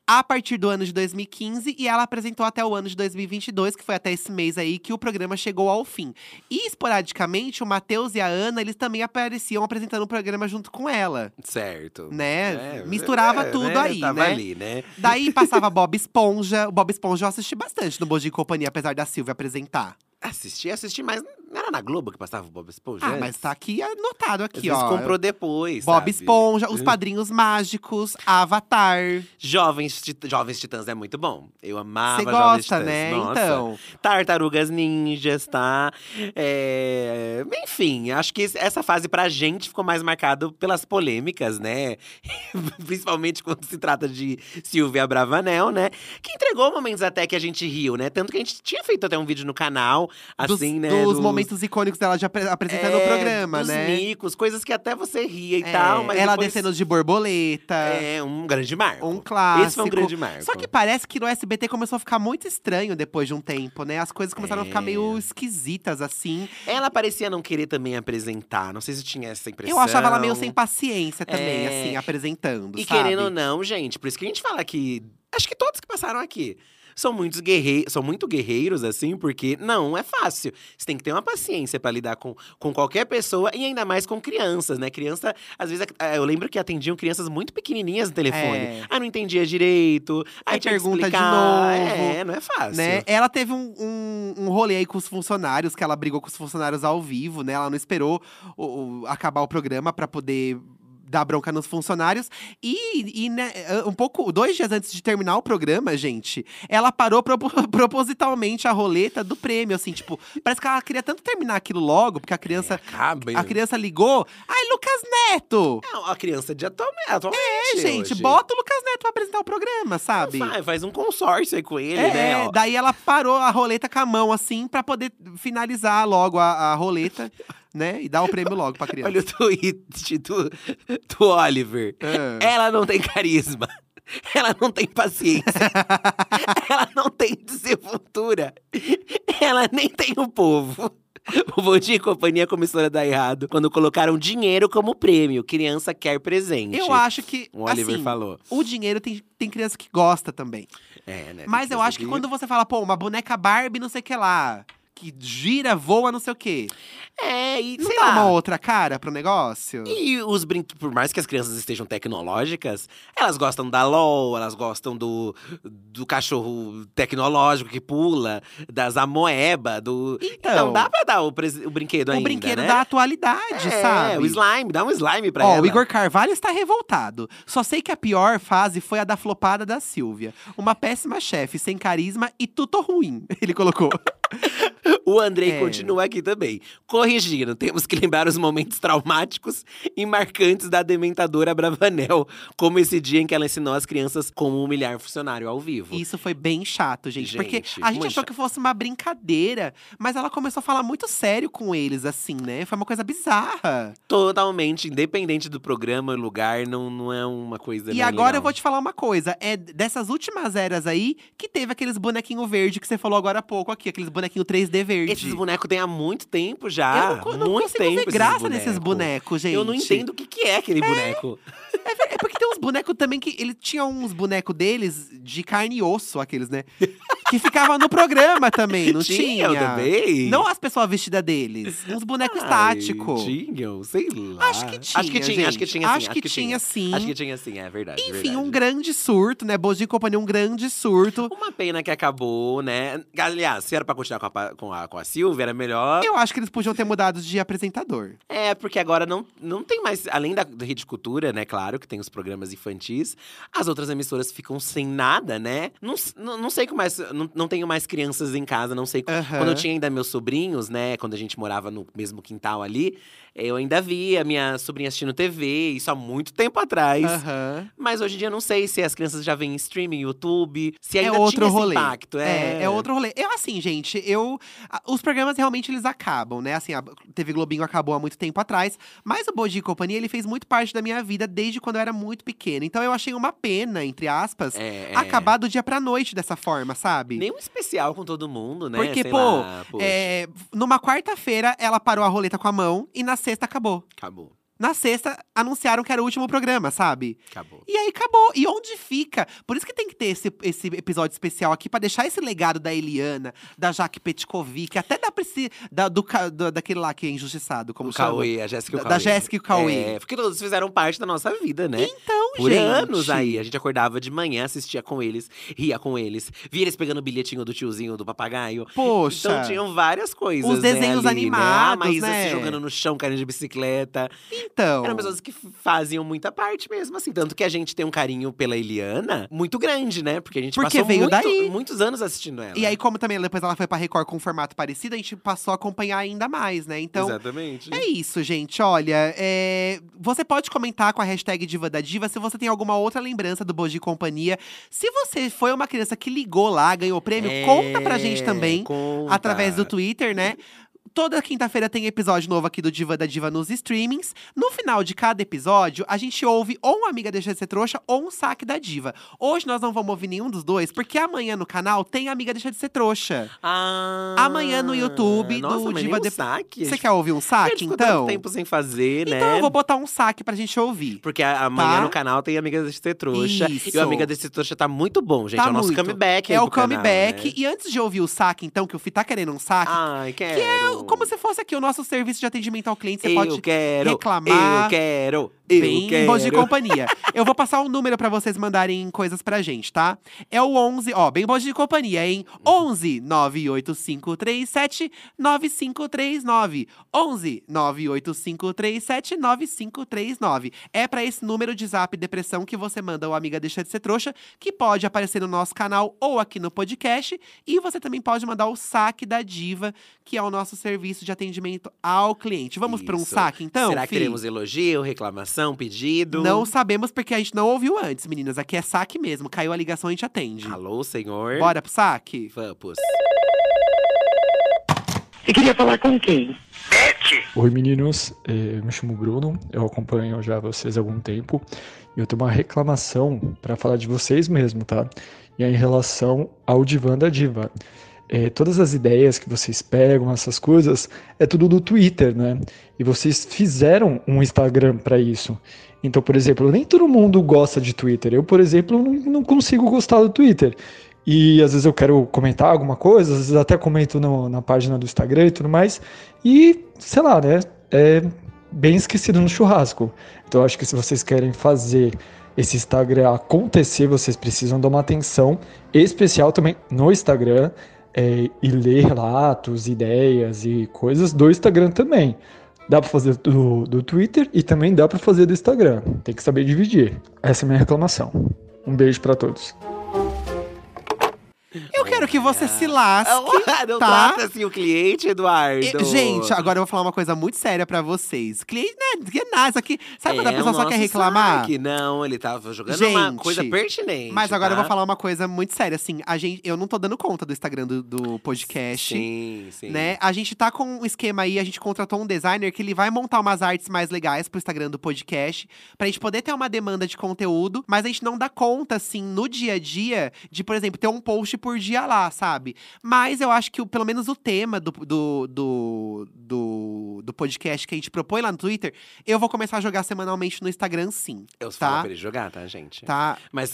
S1: A partir do ano de 2015, e ela apresentou até o ano de 2022, que foi até esse mês aí que o programa chegou ao fim. E esporadicamente, o Matheus e a Ana, eles também apareciam apresentando o programa junto com ela,
S2: Certo.
S1: né?
S2: É,
S1: Misturava
S2: é,
S1: tudo
S2: né?
S1: aí,
S2: Tava
S1: né?
S2: ali, né?
S1: Daí passava Bob Esponja. O Bob Esponja eu assisti bastante no Bodin Companhia, apesar da Silvia apresentar.
S2: Assisti, assisti, mas não era na Globo que passava o Bob Esponja?
S1: Ah,
S2: antes?
S1: mas tá aqui anotado
S2: Às
S1: aqui,
S2: vezes
S1: ó.
S2: comprou depois.
S1: Bob
S2: sabe?
S1: Esponja, Os
S2: Hum.
S1: Padrinhos Mágicos, Avatar.
S2: Jovens, Tit- Jovens Titãs é muito bom. Eu amava
S1: Você
S2: Jovens
S1: gosta,
S2: Titãs.
S1: né?
S2: Nossa.
S1: Então.
S2: Tartarugas Ninjas, tá? É, Enfim, acho que esse- essa fase pra gente ficou mais marcada pelas polêmicas, né? Principalmente quando se trata de Silvia Bravanel, né? Que entregou momentos até que a gente riu, né? Tanto que a gente tinha feito até um vídeo no canal,
S1: dos,
S2: assim, né?
S1: dos momentos icônicos dela de apre- apresentando o
S2: É,
S1: tá programa,
S2: dos
S1: né?
S2: micos, coisas que até você ria e
S1: É,
S2: tal, mas
S1: ela
S2: depois-
S1: descendo de borboleta,
S2: É, um grande marco.
S1: um clássico.
S2: Esse foi um grande marco.
S1: Só que parece que no SBT começou a ficar muito estranho depois de um tempo, né? As coisas começaram a ficar
S2: É.
S1: meio esquisitas, assim.
S2: Ela parecia não querer também apresentar. Não sei se tinha essa impressão.
S1: Eu achava ela meio sem paciência também,
S2: É.
S1: assim, apresentando,
S2: E
S1: sabe?
S2: querendo ou não, gente, por isso que a gente fala que. Acho que todos que passaram aqui. são muitos guerreiros, são muito guerreiros, assim, porque não é fácil. Você tem que ter uma paciência pra lidar com, com qualquer pessoa e ainda mais com crianças, né? Criança, às vezes, é, eu lembro que atendiam crianças muito pequenininhas no telefone.
S1: É.
S2: Ah, não entendia direito. Aí
S1: Aí
S2: tinha que
S1: pergunta de
S2: explicar.
S1: novo.
S2: É, não é fácil.
S1: Né? Ela teve um, um, um rolê aí com os funcionários, que ela brigou com os funcionários ao vivo, né? Ela não esperou o- o- acabar o programa pra poder dar bronca nos funcionários. E, e, né, um pouco, dois dias antes de terminar o programa, gente, ela parou propo- propositalmente a roleta do prêmio, assim, tipo, parece que ela queria tanto terminar aquilo logo, porque a
S2: É,
S1: criança.
S2: Acaba, hein?
S1: A criança ligou. Ai, Lucas Neto!
S2: Não, a criança de atualmente. atualmente
S1: É, gente,
S2: hoje.
S1: bota o Lucas Neto pra apresentar o programa, sabe?
S2: Vai, faz um consórcio aí com ele,
S1: é,
S2: né?
S1: é,
S2: ó.
S1: daí ela parou a roleta com a mão, assim, pra poder finalizar logo a, a roleta, né? E dar o prêmio logo pra criança.
S2: Olha o tweet do, do Oliver.
S1: É.
S2: Ela não tem carisma. Ela não tem paciência. ela não tem desenvoltura. Ela nem tem o povo. O Bom Dia e Companhia começou a dar errado quando colocaram dinheiro como prêmio. Criança quer presente.
S1: Eu acho que,
S2: O um Oliver
S1: assim,
S2: falou.
S1: o dinheiro tem, tem criança que gosta também.
S2: É, né? tem
S1: Mas eu
S2: criança
S1: acho que quando você fala, pô, uma boneca Barbie não sei o que lá… Que gira, voa, não sei o quê.
S2: É, e
S1: Não
S2: sei
S1: dá
S2: lá.
S1: uma outra cara pro negócio?
S2: E os brinquedos, por mais que as crianças estejam tecnológicas, elas gostam da LOL, elas gostam do, do cachorro tecnológico que pula, das amoeba, do. Então,
S1: Então,
S2: dá pra dar o, pres- o brinquedo
S1: o
S2: ainda.
S1: brinquedo
S2: né?
S1: da atualidade,
S2: é,
S1: sabe?
S2: o slime, dá um slime pra
S1: Ó,
S2: ela.
S1: o Igor Carvalho está revoltado. Só sei que a pior fase foi a da flopada da Silvia. Uma péssima chefe, sem carisma e tudo ruim, ele colocou.
S2: O Andrei
S1: É.
S2: continua aqui também. Corrigindo, temos que lembrar os momentos traumáticos e marcantes da dementadora Bravanel, como esse dia em que ela ensinou as crianças como humilhar funcionário ao vivo.
S1: Isso foi bem chato, gente. porque
S2: Gente,
S1: a gente
S2: muito
S1: achou que fosse uma brincadeira, mas ela começou a falar muito sério com eles, assim, né? Foi uma coisa bizarra.
S2: totalmente independente do programa, lugar, não, não é uma coisa.
S1: e
S2: né,
S1: agora
S2: legal.
S1: eu vou te falar uma coisa. É dessas últimas eras aí que teve aqueles bonequinhos verde que você falou agora há pouco aqui, aqueles bonequinhos 3D verde.
S2: Esses bonecos têm há muito tempo já.
S1: eu não, co- não
S2: muito
S1: consigo
S2: tempo.
S1: ver
S2: esses
S1: graça nesses bonecos, gente.
S2: Eu não entendo o que, que é aquele boneco.
S1: É, ver- é porque tem uns bonecos também que. Ele tinha uns bonecos deles de carne e osso, aqueles, né? Que ficava no programa também, não tinha?
S2: Tinham também.
S1: Não é as pessoas vestidas deles. Uns bonecos
S2: Ai,
S1: estáticos.
S2: Tinham, sei lá.
S1: Acho que tinha.
S2: Acho que tinha, acho que
S1: gente.
S2: tinha. sim,
S1: Acho que tinha, sim.
S2: Acho que tinha sim, é verdade.
S1: Enfim,
S2: verdade.
S1: um grande surto, né? Bojinho e companhia, um grande surto.
S2: Uma pena que acabou, né? Aliás, se era pra continuar com a, pa- com a, com a Silvia, era melhor.
S1: Eu acho que eles podiam ter mudado de apresentador.
S2: É, porque agora não, não tem mais. Além da, da Rede Cultura, né? Claro, que tem os programas infantis, as outras emissoras ficam sem nada, né? Não, s- não, não sei como mais. Não, não tenho mais crianças em casa, não sei. co-
S1: Aham.
S2: Quando eu tinha ainda meus sobrinhos, né? Quando a gente morava no mesmo quintal ali, eu ainda via minha sobrinha assistindo TV, isso há muito tempo atrás.
S1: Aham.
S2: Mas hoje em dia eu não sei se as crianças já veem em streaming, YouTube, se ainda
S1: é outro
S2: tinha esse
S1: rolê.
S2: impacto. É,
S1: é, é outro rolê. Eu, assim, gente, eu. a- Os programas realmente eles acabam, né? Assim, a TV Globinho acabou há muito tempo atrás. Mas o Bodinho e Companhia, ele fez muito parte da minha vida desde quando eu era muito pequena. Então eu achei uma pena, entre aspas,
S2: É, é.
S1: acabar do dia pra noite dessa forma, sabe?
S2: Nem um especial com todo mundo, né?
S1: Porque,
S2: Sei
S1: pô,
S2: lá, poxa,
S1: É, numa quarta-feira, ela parou a roleta com a mão e na sexta acabou.
S2: Acabou,
S1: Na sexta, anunciaram que era o último programa, sabe?
S2: acabou.
S1: E aí acabou. E onde fica? Por isso que tem que ter esse, esse episódio especial aqui pra deixar esse legado da Eliana, da Jaque Petkovic, até da Prisci, da, do, Ca- do- daquele lá que é injustiçado, como
S2: o
S1: chama?
S2: Cauê, a Jéssica e o
S1: Da- da
S2: Cauê.
S1: Jéssica e o Cauê.
S2: É, porque todos fizeram parte da nossa vida, né?
S1: Então,
S2: Por
S1: gente.
S2: anos aí, a gente acordava de manhã, assistia com eles, ria com eles, via eles pegando o bilhetinho do tiozinho, do papagaio.
S1: Poxa.
S2: Então tinham várias coisas,
S1: Os
S2: né,
S1: desenhos
S2: ali, Né? A
S1: animados,
S2: Maísa
S1: né?
S2: se jogando no chão, caindo de bicicleta.
S1: Então.
S2: Eram pessoas que f- faziam muita parte mesmo, assim. Tanto que a gente tem um carinho pela Eliana muito grande, né? Porque a gente
S1: Porque
S2: passou
S1: veio
S2: muito-
S1: daí.
S2: muitos anos assistindo ela.
S1: E aí, como também depois ela foi pra Record com um formato parecido, a gente passou a acompanhar ainda mais, né? Então,
S2: Exatamente.
S1: É isso, gente. Olha, é, você pode comentar com a hashtag Diva da Diva se você tem alguma outra lembrança do Boji Companhia. Se você foi uma criança que ligou lá, ganhou prêmio,
S2: É,
S1: conta pra gente também.
S2: conta.
S1: Através do Twitter, né? Toda quinta-feira tem episódio novo aqui do Diva da Diva nos streamings. No final de cada episódio, a gente ouve ou uma amiga deixa de ser trouxa ou um saque da diva. Hoje nós não vamos ouvir nenhum dos dois, porque amanhã no canal tem Amiga Deixa de Ser Trouxa.
S2: Ah,
S1: Amanhã no YouTube,
S2: nossa,
S1: do
S2: mas
S1: Diva
S2: nem um
S1: Dep-
S2: saque.
S1: Você quer ouvir um
S2: Eu
S1: saque,
S2: fico
S1: então?
S2: tanto tempo sem fazer, né?
S1: Então eu vou botar um saque pra gente ouvir.
S2: Porque a- amanhã
S1: Tá?
S2: no canal tem Amiga Desse Ter Trouxa. E
S1: Isso.
S2: o Amiga Desse Ter Trouxa tá muito bom, gente.
S1: Tá
S2: é o nosso
S1: muito.
S2: comeback aí
S1: É o
S2: pro canal,
S1: comeback.
S2: né? Ah.
S1: E antes de ouvir o saque, então, que o Fih tá querendo um saque,
S2: Ai, quero.
S1: que é como se fosse aqui o nosso serviço de atendimento ao cliente. Você
S2: eu
S1: pode
S2: quero,
S1: reclamar.
S2: Eu quero. Eu
S1: bem
S2: quero.
S1: Boas de companhia. Eu vou passar um número pra vocês mandarem coisas pra gente, tá? É o 11, ó, bem bom de companhia, hein?
S2: Uhum.
S1: 11 98537 9539. 11 98537 9539. É pra esse número de zap depressão que você manda o amiga deixa de ser trouxa, que pode aparecer no nosso canal ou aqui no podcast, e você também pode mandar o saque da diva, que é o nosso serviço de atendimento ao cliente. Vamos pra um
S2: Isso.
S1: saque então?
S2: Será que
S1: Fih?
S2: teremos elogio, reclamação, pedido?
S1: Não sabemos porque a gente não ouviu antes, meninas. Aqui é saque mesmo. Caiu a ligação, a gente atende.
S2: Alô, senhor?
S1: Bora pro saque?
S2: Vamos.
S3: Você queria falar com quem?
S4: Oi meninos, eh, eu me chamo Bruno, eu acompanho já vocês há algum tempo e eu tenho uma reclamação para falar de vocês mesmo, tá? E é em relação ao divã da diva. Eh, todas as ideias que vocês pegam, essas coisas, é tudo do Twitter, né? E vocês fizeram um Instagram para isso. Então, por exemplo, nem todo mundo gosta de Twitter. Eu, por exemplo, não, não consigo gostar do Twitter. E às vezes eu quero comentar alguma coisa, às vezes até comento no- na página do Instagram e tudo mais. E, sei lá, né? É bem esquecido no churrasco. Então, eu acho que se vocês querem fazer esse Instagram acontecer, vocês precisam dar uma atenção especial também no Instagram é, e ler relatos, ideias e coisas do Instagram também. Dá pra fazer do, do Twitter e também dá pra fazer do Instagram. Tem que saber dividir. Essa é a minha reclamação. Um beijo pra todos.
S1: Eu quero que você se lasque.
S2: não
S1: tá?
S2: trata assim o cliente, Eduardo.
S1: E- gente, agora eu vou falar uma coisa muito séria pra vocês. Cliente, né? Que é nada, isso aqui. Sabe quando a
S2: É
S1: pessoa
S2: o
S1: só quer
S2: nosso
S1: reclamar?
S2: saque. Não, ele tava jogando uma
S1: Gente,
S2: coisa pertinente.
S1: Mas agora eu
S2: tá?
S1: vou falar uma coisa muito séria. Assim, a gente, eu não tô dando conta do Instagram do, do podcast.
S2: Sim, sim.
S1: Né? A gente tá com um esquema aí, a gente contratou um designer que ele vai montar umas artes mais legais pro Instagram do podcast, pra gente poder ter uma demanda de conteúdo, mas a gente não dá conta, assim, no dia a dia, de, por exemplo, ter um post por dia lá, sabe? Mas eu acho que o- pelo menos o tema do, do, do, do, do podcast que a gente propõe lá no Twitter, eu vou começar a jogar semanalmente no Instagram, sim,
S2: Eu falo
S1: Tá.
S2: pra ele jogar, tá, gente?
S1: tá?
S2: Mas,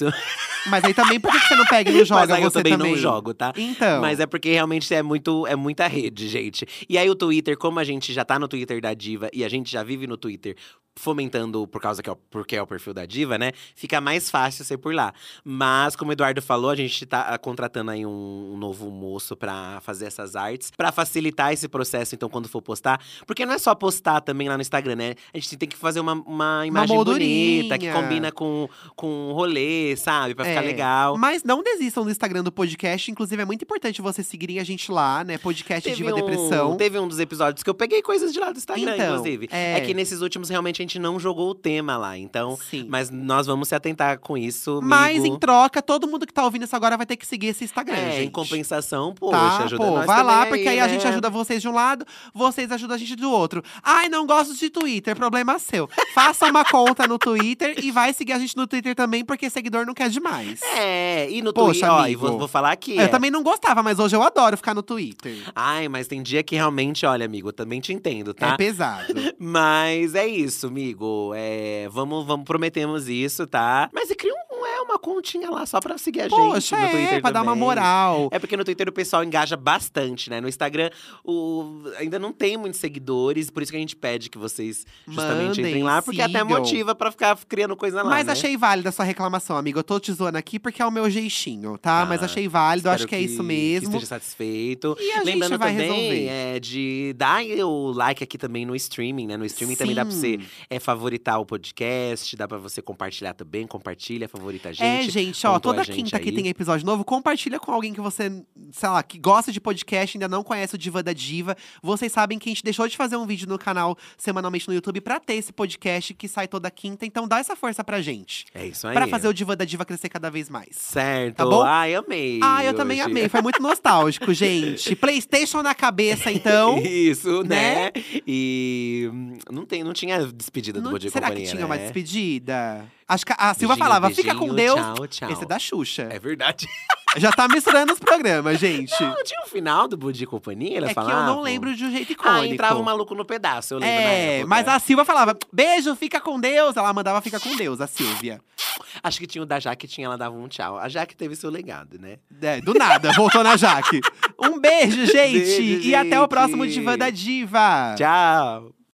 S1: Mas aí também, por que que você não pega e não joga
S2: mas aí
S1: você
S2: eu também, não jogo, tá?
S1: Então.
S2: Mas é porque realmente é, muito, é muita rede, gente. E aí o Twitter, como a gente já tá no Twitter da Diva e a gente já vive no Twitter fomentando por causa que é o, porque é o perfil da Diva, né? Fica mais fácil ser por lá. Mas como o Eduardo falou, a gente tá ah, contratando aí um, um novo moço pra fazer essas artes, pra facilitar esse processo então quando for postar, porque não é só postar também lá no Instagram, né? A gente tem que fazer uma, uma imagem bonita que
S1: moldurinha.
S2: combina com com o rolê, sabe? Pra ficar
S1: É.
S2: legal.
S1: Mas não desistam do Instagram do podcast. Inclusive, é muito importante vocês seguirem a gente lá, né? Podcast Diva Depressão.
S2: Teve um dos episódios que eu peguei coisas de lá do Instagram,
S1: Então,
S2: inclusive. É.
S1: é.
S2: que nesses últimos realmente a gente não jogou o tema lá, então.
S1: Sim.
S2: Mas nós vamos se atentar com isso. Amigo.
S1: Mas em troca, todo mundo que tá ouvindo isso agora vai ter que seguir esse Instagram,
S2: é,
S1: gente.
S2: em compensação, poxa,
S1: Tá,
S2: ajuda
S1: pô,
S2: nós
S1: vai
S2: também
S1: lá, porque aí, a
S2: né?
S1: gente ajuda vocês de um lado, vocês ajudam a gente do outro. Ai, não gosto de Twitter, problema seu. Faça uma conta no Twitter e vai seguir a gente no Twitter também, porque seguidor não quer demais.
S2: É, e no
S1: Poxa,
S2: Twitter, ó, e
S1: amigo.
S2: vou, vou falar aqui. é.
S1: Eu também não gostava, mas hoje eu adoro ficar no Twitter.
S2: Ai, mas tem dia que realmente, olha, amigo, eu também te entendo, tá?
S1: É pesado.
S2: Mas é isso, amigo. É, vamos, vamos, prometemos isso, tá? Mas e cria um, é, uma continha lá só pra seguir a
S1: Poxa,
S2: gente no
S1: é,
S2: Twitter
S1: pra dar uma
S2: também.
S1: moral.
S2: É porque no Twitter o pessoal engaja bastante, né? No Instagram o... ainda não tem muitos seguidores, por isso que a gente pede que vocês justamente
S1: Mandem,
S2: entrem lá, porque até
S1: sigam.
S2: motiva pra ficar criando coisa lá.
S1: Mas
S2: né?
S1: achei válida a sua reclamação, amigo. Eu tô te zoando aqui porque é o meu jeitinho, tá?
S2: Ah,
S1: Mas achei válido,
S2: Espero
S1: acho que, é isso
S2: Que
S1: mesmo.
S2: esteja satisfeito.
S1: E a
S2: Lembrando
S1: gente vai
S2: também
S1: resolver.
S2: é, de dar o like aqui também no streaming, né? No streaming também dá pra você
S1: Sim.
S2: é, favoritar o podcast, dá pra você compartilhar também. Compartilha, favorita a gente.
S1: É,
S2: gente.
S1: gente, ó,
S2: pontua a
S1: toda
S2: gente
S1: quinta que
S2: aí.
S1: tem episódio novo, compartilha com alguém que você, sei lá, que gosta de podcast, ainda não conhece o Diva da Diva. Vocês sabem que a gente deixou de fazer um vídeo no canal semanalmente no YouTube pra ter esse podcast que sai toda quinta, então dá essa força pra gente.
S2: É isso aí.
S1: Pra fazer o Diva da Diva crescer cada vez mais.
S2: Certo.
S1: Tá bom?
S2: Ai, amei.
S1: Ah, eu também
S2: hoje.
S1: amei, foi muito nostálgico, gente. PlayStation na cabeça, então.
S2: Isso,
S1: né?
S2: né? E hum, não, tem, não tinha despedida do
S1: Não-
S2: Bom Dia e
S1: será que
S2: Companhia,
S1: tinha
S2: né?
S1: uma despedida? Acho que a Silva
S2: Beijinho,
S1: falava, fica com
S2: beijinho,
S1: Deus.
S2: Tchau, tchau.
S1: Esse é da Xuxa.
S2: É verdade.
S1: Já tá misturando os programas, gente.
S2: Não, tinha o final do Bom Dia e Companhia, ela
S1: é que
S2: falava.
S1: eu não lembro de um jeito icônico.
S2: Ah, entrava um maluco no pedaço, eu lembro na
S1: É,
S2: época.
S1: mas a Silva falava, beijo, fica com Deus. Ela mandava fica com Deus, a Silvia.
S2: Acho que tinha o da Jaque, tinha, ela dava um tchau. A Jaque teve seu legado, né?
S1: É, do nada, voltou na Jaque. Um beijo, gente.
S2: Beijo,
S1: e até o
S2: gente.
S1: próximo Divã da Diva.
S2: Tchau!